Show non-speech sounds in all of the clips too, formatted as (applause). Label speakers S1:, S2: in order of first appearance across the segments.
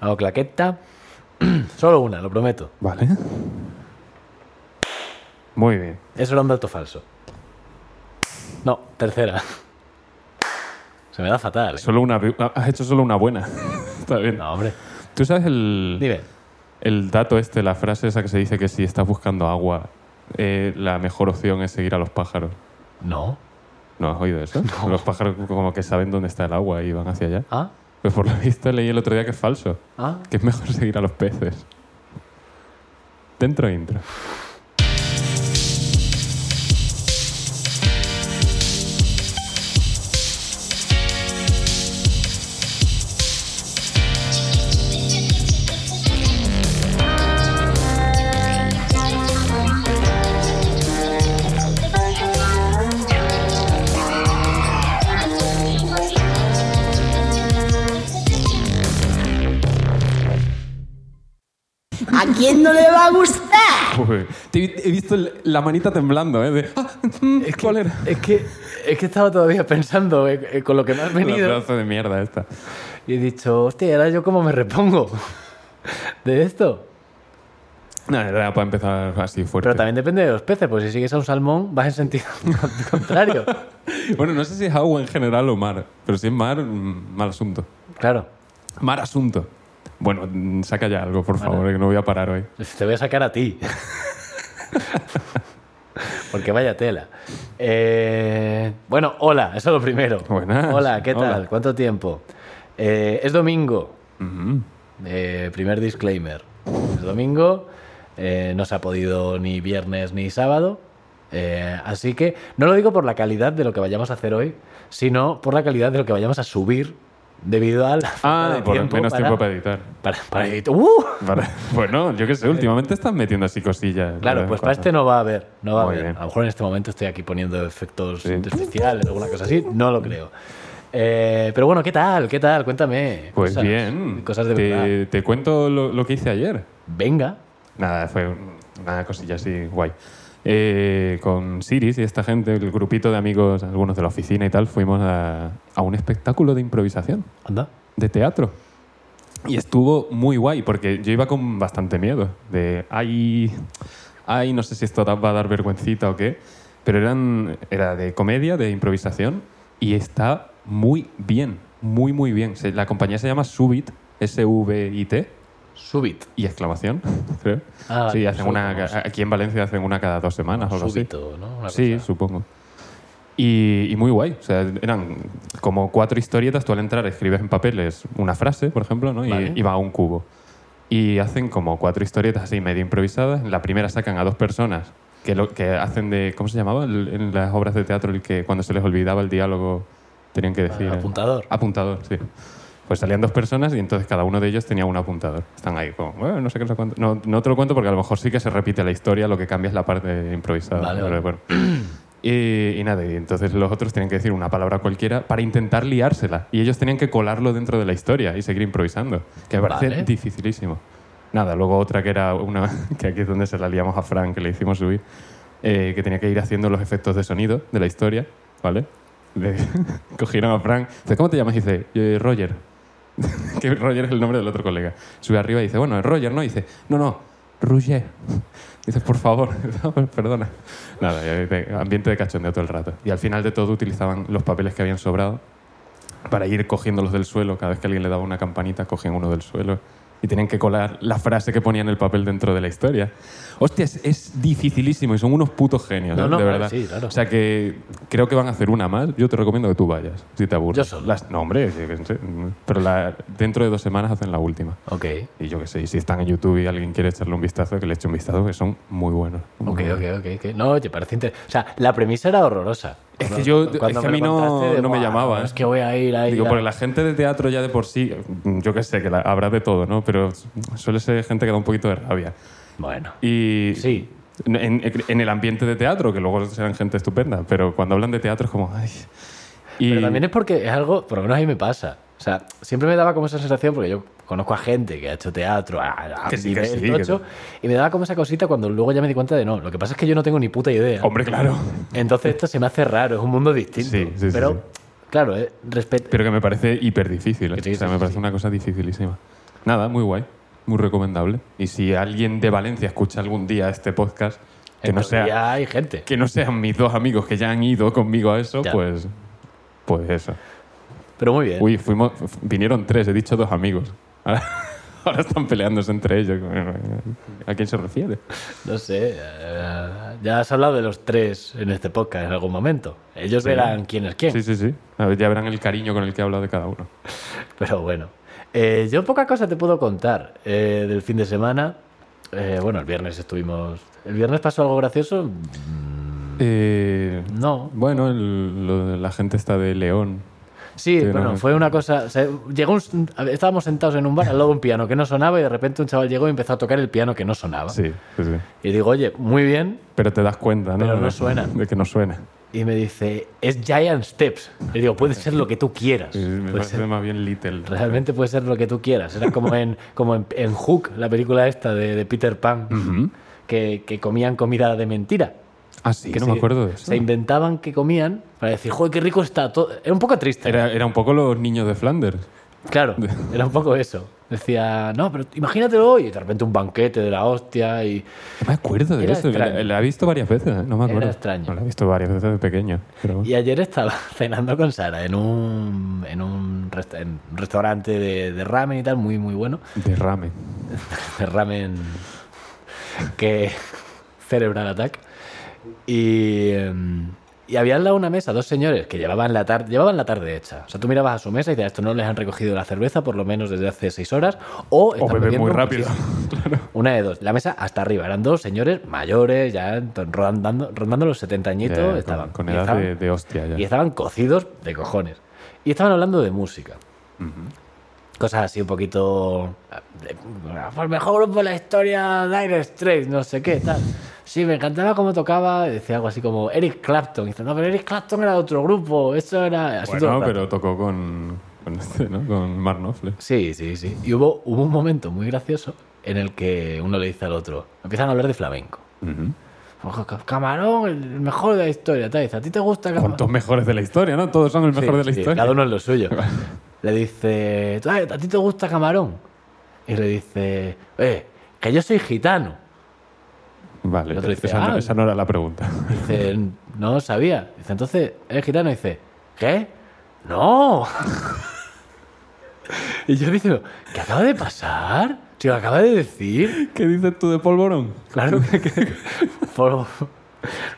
S1: Hago claqueta. (clears throat) Solo una, lo prometo.
S2: Vale. Muy bien.
S1: Eso era un dato falso. No, tercera. Se me da fatal. ¿eh?
S2: Solo una, ah, has hecho solo una buena. (laughs) Está bien.
S1: No, hombre.
S2: ¿Tú sabes el,
S1: Dime.
S2: el dato este, la frase esa que se dice que si estás buscando agua, eh, la mejor opción es seguir a los pájaros?
S1: No.
S2: ¿No has oído
S1: (laughs)
S2: eso? Los pájaros como que saben dónde está el agua y van hacia allá.
S1: Ah,
S2: Pues por lo visto leí el otro día que es falso,
S1: ah.
S2: que es mejor (laughs) seguir a los peces. Dentro intro.
S3: ¿A quién no le va a gustar?
S2: Uy, te he- he visto el- la manita temblando, ¿eh? De, "Ah, mm, ¿Cuál era?
S1: Es que, es que estaba todavía pensando eh, eh, con lo que me has
S2: La
S1: venido.
S2: pedazo de mierda esta.
S1: Y he dicho, hostia, ¿y ahora yo cómo me repongo (laughs) de esto?
S2: No, era para empezar así fuerte.
S1: Pero también depende de los peces, porque si sigues a un salmón vas en sentido (laughs) contrario.
S2: Bueno, no sé si es agua en general o mar, pero si es mar, mm, mal asunto.
S1: Claro.
S2: Mar asunto. Bueno, mm, saca ya algo, por favor, que no voy a parar hoy.
S1: Pues Te voy a sacar a ti. Porque vaya tela. Eh, bueno, hola, eso es lo primero.
S2: Buenas.
S1: Hola, ¿qué tal?
S2: Hola.
S1: ¿Cuánto tiempo? Eh, es domingo.
S2: Ujú.
S1: Eh, primer disclaimer. Es domingo. eh, no se ha podido ni viernes ni sábado. eh, así que no lo digo por la calidad de lo que vayamos a hacer hoy, sino por la calidad de lo que vayamos a subir debido al
S2: Ah, por menos tiempo para editar.
S1: para, para editar. ¡Uh!
S2: Vale. (laughs) Bueno, yo qué sé, últimamente estás metiendo así cosillas.
S1: Claro, pues para este no va a haber, no va a
S2: Muy
S1: haber.
S2: bien.
S1: A lo mejor en este momento estoy aquí poniendo efectos
S2: Sí.
S1: especiales, alguna cosa así, no lo creo. Eh, pero bueno, ¿qué tal? ¿Qué tal? Cuéntame.
S2: Pues
S1: cosas,
S2: bien.
S1: Cosas de
S2: te,
S1: verdad.
S2: Te cuento lo, lo que hice ayer.
S1: Venga.
S2: Nada, fue un- una cosilla así guay. Eh, con Siris y esta gente, el grupito de amigos, algunos de la oficina y tal, fuimos a- a un espectáculo de improvisación.
S1: Anda.
S2: de teatro. Y estuvo muy guay, porque yo iba con bastante miedo. De, ay, ay, no sé si esto va a dar vergüencita o qué. Pero eran, era de comedia, de improvisación, y está muy bien, muy, muy bien. Se- La compañía se llama Subit, S-V-I-T,
S1: Subit.
S2: y exclamación, (laughs) creo.
S1: Ah,
S2: sí,
S1: vale,
S2: hacen
S1: eso
S2: una,
S1: lo conozco.
S2: aquí en Valencia hacen una cada dos semanas o algo así.
S1: Súbito, ¿no? Una
S2: Sí,
S1: cosa.
S2: supongo. Y, y muy guay. O sea, eran como cuatro historietas. Tú al entrar escribes en papeles una frase, por ejemplo, ¿no? Y,
S1: Vale.
S2: y va a un cubo. Y hacen como cuatro historietas así, medio improvisadas. En la primera sacan a dos personas que, lo, que hacen de. ¿Cómo se llamaba? El- en las obras de teatro, el que cuando se les olvidaba el diálogo tenían que decir. eh,
S1: Ah, apuntador.
S2: Apuntador, sí. Pues salían dos personas y entonces cada uno de ellos tenía un apuntador. Están ahí como, "Bueno, no sé qué, no sé cuánto". No, no te lo cuento porque a lo mejor sí que se repite la historia, lo que cambia es la parte improvisada.
S1: Vale,
S2: Pero
S1: vale.
S2: bueno. Y, y nada, y entonces los otros tenían que decir una palabra cualquiera para intentar liársela. Y ellos tenían que colarlo dentro de la historia y seguir improvisando, que me parece
S1: Vale.
S2: dificilísimo. Nada, luego otra que era una, (laughs) que aquí es donde se la liamos a Frank, que le hicimos subir, eh, que tenía que ir haciendo los efectos de sonido de la historia, ¿vale? Le- (laughs) cogieron a Frank, dice, ¿cómo te llamas? Y dice, "Eh, Roger. (laughs) que Roger es el nombre del otro colega. Sube arriba y dice, bueno, es Roger, ¿no? Y dice, no, no, Roger. Dices, por favor, (laughs) No, pues, perdona. Nada, y ahí te- ambiente de cachondeo todo el rato. Y al final de todo utilizaban los papeles que habían sobrado para ir cogiéndolos del suelo. Cada vez que alguien le daba una campanita, cogían uno del suelo. Y tenían que colar la frase que ponían el papel dentro de la historia. Hostia, es, es dificilísimo y son unos putos genios,
S1: No,
S2: ¿eh?
S1: no,
S2: de
S1: vale,
S2: verdad.
S1: sí, claro.
S2: O sea que creo que van a hacer una más. Yo te recomiendo que tú vayas, si te aburres.
S1: Yo solo.
S2: Las- no, hombre, sí, que sí. pero la- dentro de dos semanas hacen la última.
S1: Ok.
S2: Y yo qué sé, y si están en YouTube y alguien quiere echarle un vistazo, que le eche un vistazo, que son muy buenos. Muy
S1: Ok,
S2: buenos.
S1: ok, ok. ok. No, oye, parece interesante. O sea, la premisa era horrorosa.
S2: Es que yo- es que a
S1: me
S2: mí
S1: lo
S2: no-
S1: contaste,
S2: no me
S1: "Buah,
S2: llamaba,
S1: Es
S2: ¿eh?".
S1: que voy a ir ahí.
S2: Digo,
S1: a-
S2: porque la gente de teatro ya de por sí, mm, yo qué sé, que la- habrá de todo, ¿no? Pero suele ser gente que da un poquito de rabia.
S1: Bueno.
S2: Y
S1: Sí.
S2: En, en el ambiente de teatro, que luego serán gente estupenda, pero cuando hablan de teatro es como, ay. Y-
S1: Pero también es porque es algo, por lo menos a mí me pasa. O sea, siempre me daba como esa sensación, porque yo conozco a gente que ha hecho teatro, a, a
S2: Que sí, que
S1: nivel
S2: sí, que
S1: tocho, y me daba como esa cosita cuando luego ya me di cuenta de no. Lo que pasa es que yo no tengo ni puta idea.
S2: Hombre, claro.
S1: Entonces esto se me hace raro, es un mundo distinto.
S2: Sí, sí, sí,
S1: pero
S2: sí.
S1: Claro, eh, respet-
S2: Pero que me parece hiper difícil. ¿eh?
S1: Sí, sí,
S2: o sea,
S1: sí,
S2: me
S1: sí.
S2: parece una cosa dificilísima. Nada, muy guay. Muy recomendable. Y si alguien de Valencia escucha algún día este podcast, que
S1: en
S2: no,
S1: teoría
S2: sea,
S1: hay gente.
S2: que no sean mis dos amigos que ya han ido conmigo a eso,
S1: Ya.
S2: pues. Pues eso.
S1: Pero muy bien.
S2: Uy, fuimos, f- vinieron tres, he dicho dos amigos. Ahora, (laughs) ahora están peleándose entre ellos. ¿A quién se refiere?
S1: No sé. eh, ya has hablado de los tres en este podcast en algún momento. Ellos verán quién es quién.
S2: Sí, sí, sí. A ver, ya verán el cariño con el que he hablado de cada uno.
S1: Pero bueno. Eh, yo poca cosa te puedo contar eh, del fin de semana. Eh, bueno, el viernes estuvimos. ¿El viernes pasó algo gracioso? Mm,
S2: Eh,
S1: No.
S2: bueno, el- lo de la gente está de León.
S1: Sí,
S2: Sí, no,
S1: bueno,
S2: no.
S1: fue una cosa. o sea, llegó un- estábamos sentados en un bar al lado de un piano que no sonaba y de repente un chaval llegó y empezó a tocar el piano que no sonaba.
S2: Sí, sí, sí.
S1: Y digo, oye, muy bien.
S2: Pero te das cuenta, ¿no?
S1: Pero no
S2: De-
S1: suena.
S2: De que no suena.
S1: Y me dice, es Giant Steps. Le digo, puede ser lo que tú quieras. Pues
S2: Sí, sí, me
S1: Puede
S2: parece
S1: ser-
S2: más bien Little.
S1: realmente puede ser lo que tú quieras. Era como en, como en, en Hook, la película esta de, de Peter Pan, que, que comían comida de mentira.
S2: Ah, sí,
S1: Que
S2: no
S1: se-
S2: me acuerdo de eso.
S1: Se inventaban que comían para decir, joder, qué rico está todo. Era un poco triste.
S2: Era, era un poco los niños de Flanders.
S1: Claro,
S2: (laughs)
S1: era un poco eso. Decía, no, pero imagínatelo hoy. Y de repente un banquete de la hostia y...
S2: No me acuerdo de
S1: Era
S2: eso.
S1: extraño.
S2: La, la he visto varias veces, ¿eh? no me
S1: Era
S2: acuerdo.
S1: extraño.
S2: No, la he visto varias veces de pequeño. pero-
S1: Y ayer estaba (laughs) cenando con Sara en un, en un, resta- en un restaurante de, de ramen y tal, muy, muy bueno.
S2: Derrame.
S1: de (laughs) ramen que cerebral attack. Y, em, y había al lado una mesa, dos señores que llevaban la, tarde llevaban la tarde hecha. O sea, tú mirabas a su mesa y decías, esto no les han recogido la cerveza por lo menos desde hace seis horas. O,
S2: O
S1: están
S2: bebe
S1: bebiendo
S2: muy rápido.
S1: muchísimo".
S2: (laughs)
S1: Una de dos. La mesa hasta arriba. Eran dos señores mayores, ya to- rondando, rondando los 70 añitos.
S2: Ya, con-
S1: estaban,
S2: Con,
S1: Y
S2: edad
S1: estaban-
S2: de, de hostia ya.
S1: y estaban cocidos de cojones. Y estaban hablando de música. Cosas así un poquito. Por el mejor grupo de la historia, Dire Straits, no sé qué, tal. Sí, me encantaba cómo tocaba. Decía algo así como Eric Clapton. Y dice, no, pero Eric Clapton era de otro grupo. Eso era. Así todo
S2: Bueno,
S1: el rato.
S2: pero tocó con, con este, ¿no? Con Mark Knopfler.
S1: Sí, sí, sí. Y hubo, hubo un momento muy gracioso en el que uno le dice al otro. Empiezan a hablar de flamenco. Ojo, ca- Camarón, el el mejor de la historia. Tal. Dice, ¿a ti te gusta Camarón?
S2: Cuantos mejores de la historia, ¿no? Todos son el (laughs) mejor
S1: Sí,
S2: de la
S1: sí,
S2: historia.
S1: Cada uno es lo
S2: (laughs)
S1: suyo. le dice, "Tú, ay, ¿a ti te gusta camarón? Y le dice, eh, que yo soy gitano.
S2: Vale,
S1: El otro dice,
S2: esa, no-
S1: "Ah".
S2: esa no era la pregunta. (laughs)
S1: Dice, no lo sabía. Dice, entonces, ¿eres gitano? Y dice, ¿qué? ¡No! (laughs) y yo digo, ¿qué acaba de pasar? Si lo acaba de decir.
S2: ¿Qué dices tú de polvorón?
S1: Claro que... que- por-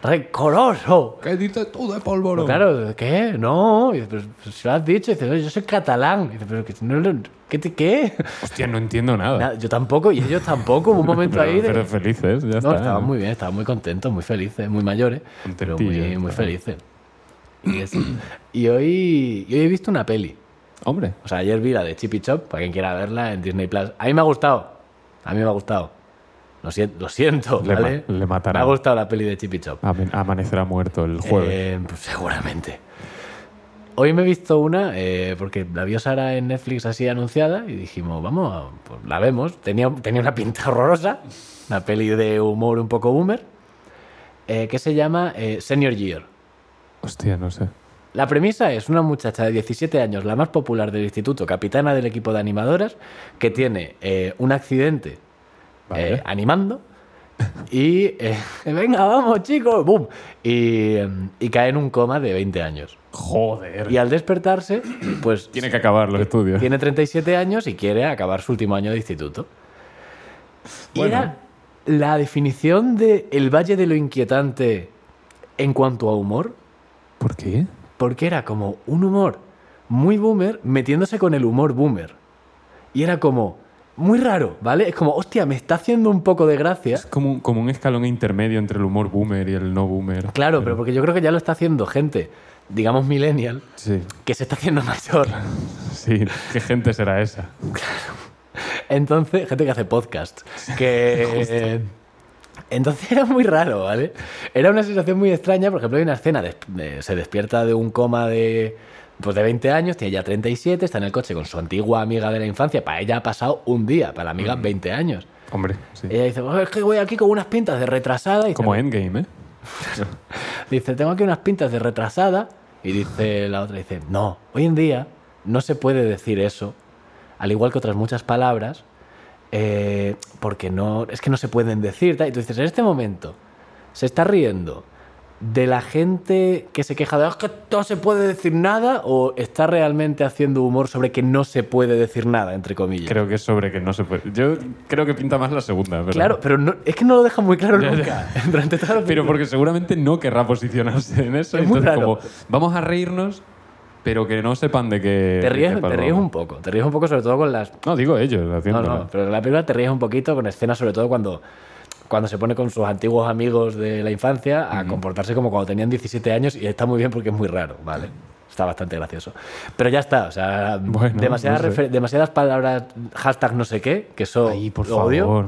S1: ¡Recoroso!
S2: ¿Qué dices tú de polvorón?
S1: Pero Pues claro, ¿qué? No. Y dice, pero, pero si lo has dicho, Y dice, "Oye, yo soy catalán. Y dice, pero que no lo- ¿qué te qué?
S2: Hostia, no entiendo nada.
S1: Nada, yo tampoco, y ellos tampoco. Hubo un momento
S2: (laughs) pero,
S1: ahí de.
S2: pero felices, ya
S1: no,
S2: está.
S1: estaban muy bien, estaban muy contentos, muy felices, muy mayores, pero muy,
S2: Contentillos,
S1: muy
S2: claro.
S1: felices. Y, eso. Y hoy, y hoy he visto una peli.
S2: Hombre,
S1: O sea, ayer vi la de Chip y Chop, para quien quiera verla en Disney Plus. A mí me ha gustado. A mí me ha gustado. Lo, sien- lo siento,
S2: Le ma-
S1: ¿vale?
S2: le matará.
S1: Me ha gustado la peli de Chip y Chop.
S2: amen- amanecerá muerto el jueves.
S1: Eh, pues seguramente. Hoy me he visto una, eh, porque la vio Sara en Netflix así anunciada, y dijimos, vamos, a- pues la vemos. Tenía, tenía una pinta horrorosa, una peli de humor un poco boomer, eh, que se llama eh, Senior Year.
S2: Hostia, no sé.
S1: La premisa es una muchacha de 17 años, la más popular del instituto, capitana del equipo de animadoras, que tiene eh, un accidente
S2: Vale.
S1: eh, animando y eh, (laughs) venga, vamos chicos, boom, y, y cae en un coma de 20 años.
S2: Joder.
S1: Y al despertarse, pues
S2: Tiene que acabar los
S1: (clears throat)
S2: estudios.
S1: tiene 37 años y quiere acabar su último año de instituto. Y
S2: Bueno.
S1: era la definición de el valle de lo inquietante en cuanto a humor,
S2: ¿Por qué?
S1: porque era como un humor muy boomer metiéndose con el humor boomer. Y era como muy raro, ¿vale? Es como, hostia, me está haciendo un poco de gracia.
S2: Es como, un- como un escalón intermedio entre el humor boomer y el no boomer.
S1: Claro, pero porque yo creo que ya lo está haciendo gente, digamos millennial,
S2: Sí,
S1: que se está haciendo (laughs) mayor.
S2: sí. ¿Qué gente será esa?
S1: Entonces, gente que hace podcast. Que. eh, Entonces era muy raro, ¿vale? Era una sensación muy extraña. Por ejemplo, hay una escena: de- de- se despierta de un coma de. Pues de 20 años, tiene ya 37, está en el coche con su antigua amiga de la infancia. Para ella ha pasado un día, para la amiga 20 años.
S2: Hombre, sí.
S1: Ella dice, "Oh, es que voy aquí con unas pintas de retrasada. Y dice,
S2: como Endgame, ¿eh?
S1: Dice, tengo aquí unas pintas de retrasada Y dice la otra, dice, no, hoy en día no se puede decir eso, al igual que otras muchas palabras, eh, porque no, es que no se pueden decir. tal". Y tú dices, en este momento se está riendo de la gente que se queja de, "Es que no se puede decir nada, o está realmente haciendo humor sobre que no se puede decir nada, entre comillas.
S2: Creo que es sobre que no se puede. Yo creo que pinta más la segunda, ¿verdad?
S1: Claro, pero no- es que no lo deja muy claro
S2: (laughs) Ya, ya.
S1: nunca. Durante toda la
S2: Pero
S1: película.
S2: porque seguramente no querrá posicionarse en eso.
S1: Es muy
S2: entonces,
S1: raro.
S2: como, vamos a reírnos, pero que no sepan de que.
S1: te ríes,
S2: de qué
S1: te
S2: palo
S1: ríes
S2: vamos.
S1: un poco, te ríes un poco sobre todo con las
S2: No, digo ellos,
S1: No,
S2: haciendo.
S1: no, pero en la película te ríes un poquito con escenas, sobre todo cuando, cuando se pone con sus antiguos amigos de la infancia a comportarse como cuando tenían 17 años y está muy bien porque es muy raro, ¿vale? Está bastante gracioso. Pero ya está, o sea,
S2: Bueno,
S1: demasiadas,
S2: no sé.
S1: refer- demasiadas palabras, hashtag no sé qué, que eso
S2: Ay, por
S1: odio.
S2: favor.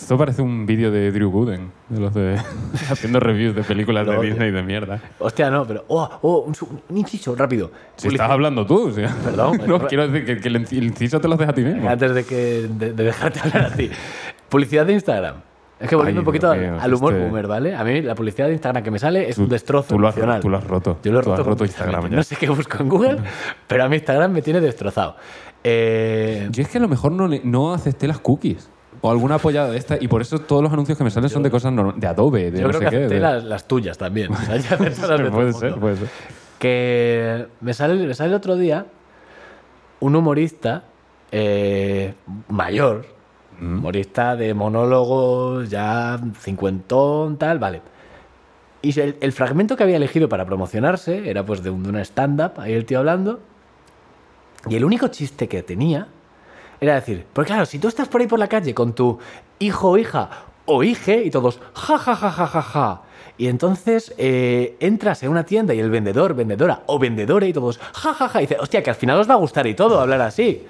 S2: Esto parece un vídeo de Drew Gooden, de los de. (laughs) haciendo reviews de películas
S1: Lo
S2: de
S1: odio.
S2: Disney de mierda.
S1: Hostia, no, pero... ¡Oh, oh, un, su- un inciso, rápido!
S2: Si
S1: Publici-
S2: estás hablando tú, o sea.
S1: Perdón.
S2: (laughs) No, quiero decir que, que el inci- el inciso te lo haces a ti mismo.
S1: Antes de, que, de, de dejarte (laughs) hablar a ti. Publicidad de Instagram. Es que volviendo
S2: Ay,
S1: un poquito
S2: Dios
S1: al,
S2: mío,
S1: al humor
S2: este-
S1: boomer, ¿vale? A mí la publicidad de Instagram que me sale es un destrozo
S2: tú lo has,
S1: emocional.
S2: tú lo has roto.
S1: Yo lo he
S2: Tú
S1: roto,
S2: has roto
S1: completamente.
S2: Instagram ya.
S1: No sé qué busco en
S2: (laughs)
S1: Google, pero a mi Instagram me tiene destrozado. Eh,
S2: Yo es que a lo mejor no, le- no acepté las cookies. O alguna apoyada de esta. Y por eso todos los anuncios que me salen son de cosas norm- De Adobe, de
S1: yo
S2: no
S1: creo
S2: sé
S1: que
S2: qué.
S1: acepté
S2: de-
S1: las, las tuyas también. O sea, ya acepto las de todo
S2: (laughs) puede
S1: el
S2: ser,
S1: mundo.
S2: puede ser.
S1: Que me sale, me sale el otro día un humorista eh, mayor, humorista de monólogos, ya cincuentón, tal, vale. Y el, el fragmento que había elegido para promocionarse era pues de, un- de una stand-up, ahí el tío hablando. Y el único chiste que tenía era decir, porque claro, si tú estás por ahí por la calle con tu hijo o hija o hije y todos, ja, ja, ja, ja, ja, ja. Y entonces eh, entras en una tienda y el vendedor, vendedora o vendedora y todos, ja, ja, ja. Y dice, hostia, que al final os va a gustar y todo hablar así.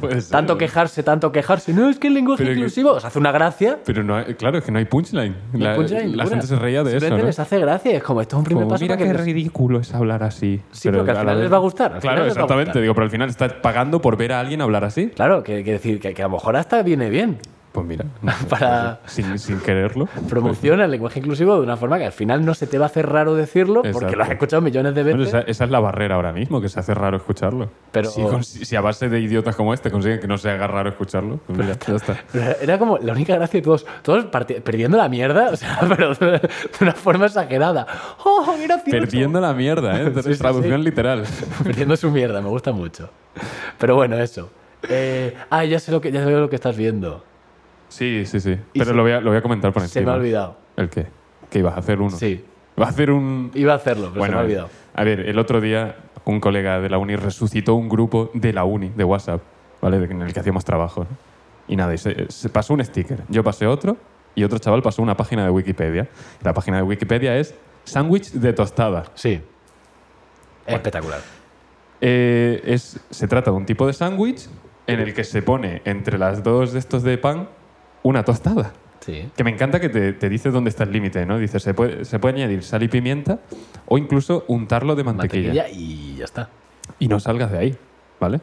S2: Puede ser.
S1: Tanto quejarse, tanto quejarse. No, es que el lenguaje
S2: Pero que-
S1: inclusivo os hace una gracia.
S2: Pero no hay- claro, es que no hay punchline.
S1: No
S2: la,
S1: hay punchline
S2: la
S1: ninguna.
S2: gente se reía de eso.
S1: Simplemente
S2: ¿no?
S1: les hace gracia. Es como, esto es un primer
S2: Como,
S1: paso
S2: mira
S1: para
S2: qué
S1: que les-
S2: ridículo es hablar así.
S1: Sí, pero que al
S2: a la
S1: final
S2: vez-
S1: les va a gustar, al
S2: Claro,
S1: final les va a
S2: exactamente.
S1: gustar.
S2: Digo, pero al final estás pagando por ver a alguien hablar así.
S1: Claro, que, que decir que, que a lo mejor hasta viene bien. (laughs)
S2: Pues mira. no sé,
S1: Para-
S2: Sin, sin quererlo.
S1: Promociona el lenguaje inclusivo de una forma que al final no se te va a hacer raro decirlo porque
S2: Exacto.
S1: lo has escuchado millones de
S2: Bueno,
S1: veces.
S2: esa, esa es la barrera ahora mismo, que se hace raro escucharlo.
S1: Pero-
S2: si, con- si a base de idiotas como este consiguen que no se haga raro escucharlo, pues mira,
S1: (laughs)
S2: ya está.
S1: Pero Era como la única gracia de todos, todos parti- perdiendo la mierda, o sea, (laughs) pero de una forma exagerada. ¡Oh, gracioso!
S2: Perdiendo la mierda, ¿eh?
S1: Sí, sí,
S2: Traducción
S1: sí.
S2: literal.
S1: (laughs) Perdiendo su mierda, me gusta mucho. Pero bueno, eso. Eh, ah, ya sé, lo que, ya sé lo que estás viendo.
S2: Sí, sí, sí.
S1: Y
S2: Pero
S1: se-
S2: lo, voy a, lo voy a comentar por
S1: Se me
S2: encima.
S1: ha olvidado.
S2: ¿El qué? ¿Que ibas a hacer uno?
S1: Sí,
S2: ¿Vas a hacer un...?
S1: iba a hacerlo, pero se me ha
S2: eh,
S1: olvidado.
S2: A ver, el otro día un colega de la uni resucitó un grupo de la uni, de WhatsApp, ¿vale? De- En el que hacíamos trabajo. ¿no? Y nada, y se, se pasó un sticker. Yo pasé otro y otro chaval pasó una página de Wikipedia. La página de Wikipedia es sándwich de tostada.
S1: Sí. Espectacular.
S2: Eh, es, se trata de un tipo de sándwich en el que se pone entre las dos de estos de pan una tostada.
S1: Sí.
S2: Que me encanta que te, te dice dónde está el límite, ¿no? Dice, se puede, se puede añadir sal y pimienta o incluso untarlo de mantequilla.
S1: Mantequilla y ya está.
S2: Y no salgas de ahí, ¿vale?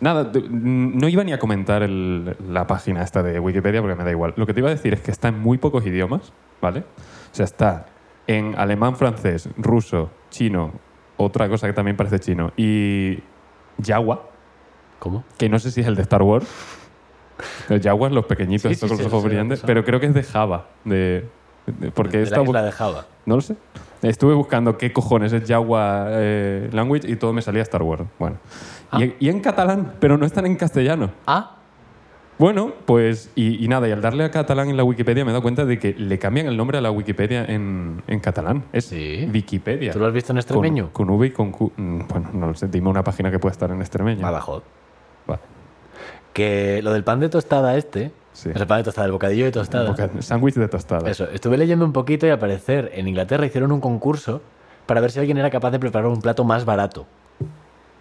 S2: Nada, te- mm, no iba ni a comentar el- la página esta de Wikipedia porque me da igual. Lo que te iba a decir es que está en muy pocos idiomas, ¿vale? O sea, está en alemán, francés, ruso, chino, otra cosa que también parece chino, y Yawa,
S1: ¿Cómo?
S2: que no sé si es el de Star Wars. Los Yawas, los pequeñitos,
S1: Sí,
S2: estos
S1: sí,
S2: con los
S1: sí,
S2: ojos
S1: sí, sí,
S2: brillantes,
S1: sí.
S2: pero creo que es de Java, de, de- porque
S1: De
S2: esta
S1: la
S2: bu-
S1: isla de Java.
S2: no lo sé. Estuve buscando qué cojones es Jawa eh, Language y todo me salía Star Wars. Bueno. Y, y en catalán, pero no están en castellano.
S1: Ah,
S2: Bueno, pues, y, y nada, y al darle a catalán en la Wikipedia me he dado cuenta de que le cambian el nombre a la Wikipedia en, en catalán. Es
S1: Sí.
S2: Wikipedia.
S1: ¿tú lo has visto en extremeño?
S2: Con, con V y con Q. Mm, Bueno, no lo sé, dime una página que pueda estar en extremeño.
S1: Badajoz.
S2: Vale.
S1: Que lo del pan de tostada este,
S2: Sí.
S1: es el pan de tostada, el bocadillo de tostada.
S2: Boca- Sándwich de tostada.
S1: Eso, estuve leyendo un poquito y al parecer en Inglaterra hicieron un concurso para ver si alguien era capaz de preparar un plato más barato.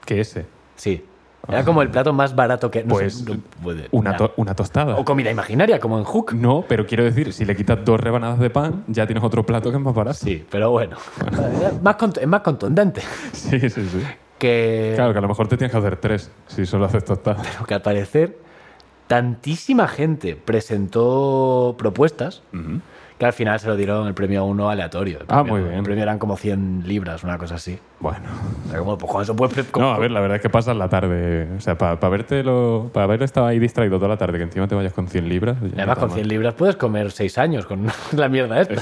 S2: ¿Qué ese?
S1: Sí. Era como el plato más barato que. no sé,
S2: Ah. Pues,
S1: no puede-
S2: Una,
S1: nah.
S2: to- una tostada.
S1: Eh, O comida imaginaria, como en Hook.
S2: No, pero quiero decir, si le quitas dos rebanadas de pan, ya tienes otro plato que es más barato.
S1: Sí, pero bueno. Era más cont- es más contundente
S2: (laughs) Sí, sí, sí.
S1: que,
S2: Claro, que a lo mejor te tienes que hacer tres si solo haces tostada.
S1: que al parecer tantísima gente presentó propuestas que al final se lo dieron el premio a uno aleatorio. El
S2: Ah,
S1: premio-
S2: muy bien.
S1: El premio eran como 100 libras, una cosa así.
S2: Bueno.
S1: O sea, como, pues, joder, eso puede...
S2: No, a ver, la verdad es que pasas la tarde. O sea, para haber estado ahí distraído toda la tarde, que encima te vayas con 100 libras. ya no
S1: Además,
S2: está
S1: con
S2: mal.
S1: 100 libras puedes comer 6 años con (laughs) la mierda esta.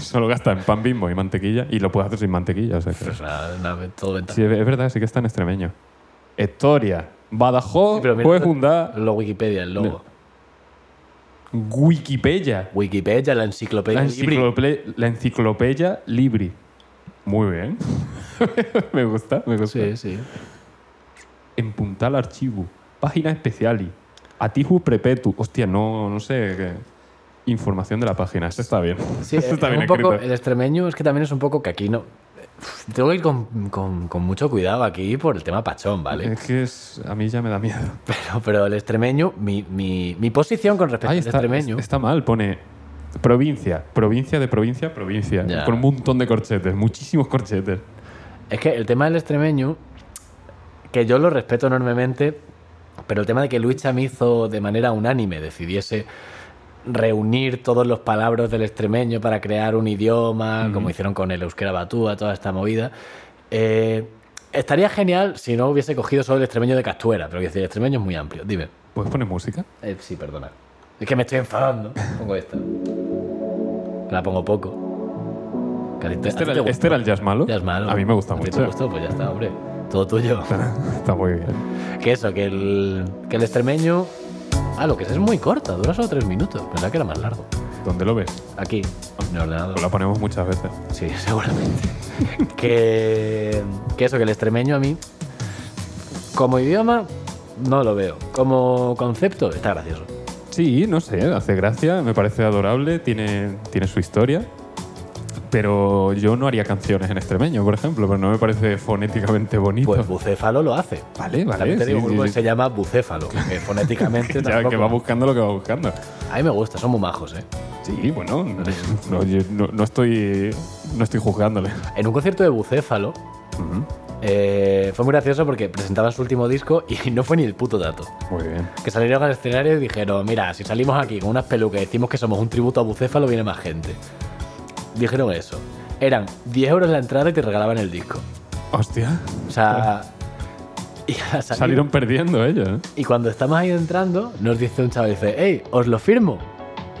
S2: Solo gasta en pan bimbo y mantequilla y lo puedes hacer sin mantequilla. O sea, que-
S1: Pues nada, nada, todo ventaja.
S2: Sí, es verdad, sí que está en extremeño. Historia. Badajoz,
S1: Sí, pero mira,
S2: pues fundar
S1: Lo Wikipedia, el logo.
S2: Wikipedia.
S1: Wikipedia, la enciclopedia.
S2: La,
S1: Libri.
S2: enciclope- la enciclopedia Libri. Muy bien. (laughs) me gusta, me gusta.
S1: Sí,
S2: (laughs)
S1: sí.
S2: En puntal archivo. Página especial. Atiju prepetu. Hostia, no, no sé. qué- Información de la página. Esto está bien.
S1: Sí,
S2: (laughs) Esto
S1: eh,
S2: está bien
S1: un poco,
S2: escrito.
S1: el extremeño es que también es un poco que aquí no. Uf, Tengo que ir con, con- con mucho cuidado aquí por el tema pachón, ¿vale?
S2: Es que es- a mí ya me da miedo.
S1: Pero, pero el extremeño, mi, mi- mi posición con respecto
S2: Ahí
S1: al
S2: está,
S1: extremeño.
S2: está mal, pone provincia, provincia de provincia, provincia,
S1: Ya.
S2: con un montón de corchetes, muchísimos corchetes.
S1: Es que el tema del extremeño, que yo lo respeto enormemente, pero el tema de que Luis Chamizo de manera unánime decidiese reunir todos los palabras del extremeño para crear un idioma, como hicieron con el euskera batúa, toda esta movida, eh, estaría genial si no hubiese cogido solo el extremeño de Castuera, pero quiero decir, el extremeño es muy amplio. Dime.
S2: ¿Puedes poner música?
S1: Eh, sí, perdona. Es que me estoy enfadando. Pongo esta. La pongo poco. Que a ti te- a ti
S2: Este era,
S1: te
S2: el-
S1: gustó.
S2: este era el jazz malo.
S1: Ya es malo.
S2: A mí me gusta
S1: ¿A ti te
S2: mucho.
S1: gustó? pues ya está, hombre. Todo
S2: (laughs)
S1: tuyo.
S2: Está muy bien.
S1: que eso, que el, que el extremeño. Ah, lo que es es muy corta, dura solo tres minutos. Pensaba que era más largo.
S2: ¿Dónde lo ves?
S1: Aquí, en el ordenador.
S2: Pues la ponemos muchas veces.
S1: Sí, (laughs) seguramente. que, que eso, que el extremeño a mí, como idioma, no lo veo. Como concepto, está gracioso.
S2: Sí, no sé, hace gracia, me parece adorable, tiene, tiene su historia. Pero yo no haría canciones en extremeño, por ejemplo, pero no me parece fonéticamente bonito.
S1: Pues bucéfalo lo hace.
S2: vale, vale.
S1: También te
S2: sí,
S1: digo, un
S2: sí,
S1: grupo que
S2: sí.
S1: se llama bucéfalo,
S2: (laughs)
S1: que fonéticamente
S2: Ya, que va
S1: tampoco-
S2: buscando lo que va buscando.
S1: A mí me gusta, son muy majos, ¿eh?
S2: Sí, bueno, no, yo no- no estoy, no estoy juzgándole.
S1: En un concierto de Bucéfalo eh, fue muy gracioso porque presentaban su último disco y (laughs) no fue ni el puto dato.
S2: Muy bien.
S1: Que salieron al escenario y dijeron, mira, si salimos aquí con unas pelucas y decimos que somos un tributo a Bucéfalo, viene más gente. Dijeron eso. Eran 10 euros la entrada y te regalaban el disco.
S2: Hostia.
S1: O sea... (laughs) Y, al salir-
S2: Salieron perdiendo ellos. ¿eh?
S1: y cuando estamos ahí entrando, nos dice un chaval, dice, hey, os lo firmo.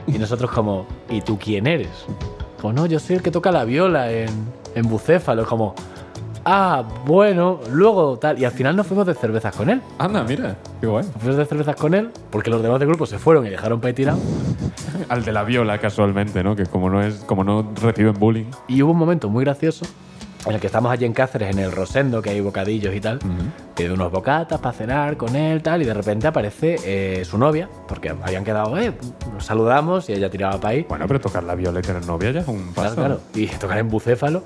S1: Y nosotros como, ¿y tú quién eres? Como, no, yo soy el que toca la viola en, en Bucéfalo. Es como, ah, bueno, luego tal. Y al final nos fuimos de cervezas con él.
S2: Anda, mira, qué guay.
S1: Nos fuimos de cervezas con él porque los demás del grupo se fueron y dejaron para tirado.
S2: Al de la viola casualmente, ¿no? Que como no es, como no reciben bullying.
S1: Y hubo un momento muy gracioso en el que estamos allí en Cáceres, en el Rosendo, que hay bocadillos y tal. Pide unos bocatas para cenar con él, tal. Y de repente aparece eh, su novia, porque habían quedado, eh, nos saludamos y ella tiraba para ahí.
S2: Bueno, pero tocar la viola y tener novia ya es
S1: Claro,
S2: un paso.
S1: claro. Y tocar en
S2: (laughs)
S1: bucéfalo.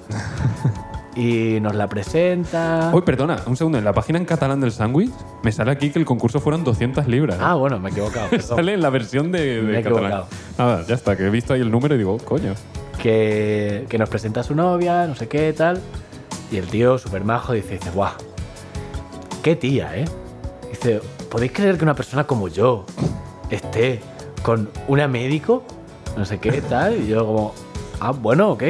S1: y nos la presenta.
S2: Uy, perdona, un segundo. En la página en catalán del sándwich me sale aquí que el concurso fueron 200 libras.
S1: Ah, bueno, me he equivocado.
S2: (laughs)
S1: perdón.
S2: Sale en la versión de,
S1: Me he
S2: de catalán.
S1: equivocado.
S2: Nada, ya está, que he visto ahí el número y digo, "Oh, coño.
S1: que, que nos presenta a su novia, no sé qué, tal. Y el tío, súper majo, dice, dice, guau, qué tía, ¿eh? Dice, ¿podéis creer que una persona como yo esté con una médico? No sé qué, tal. Y yo como, ah, bueno, ok.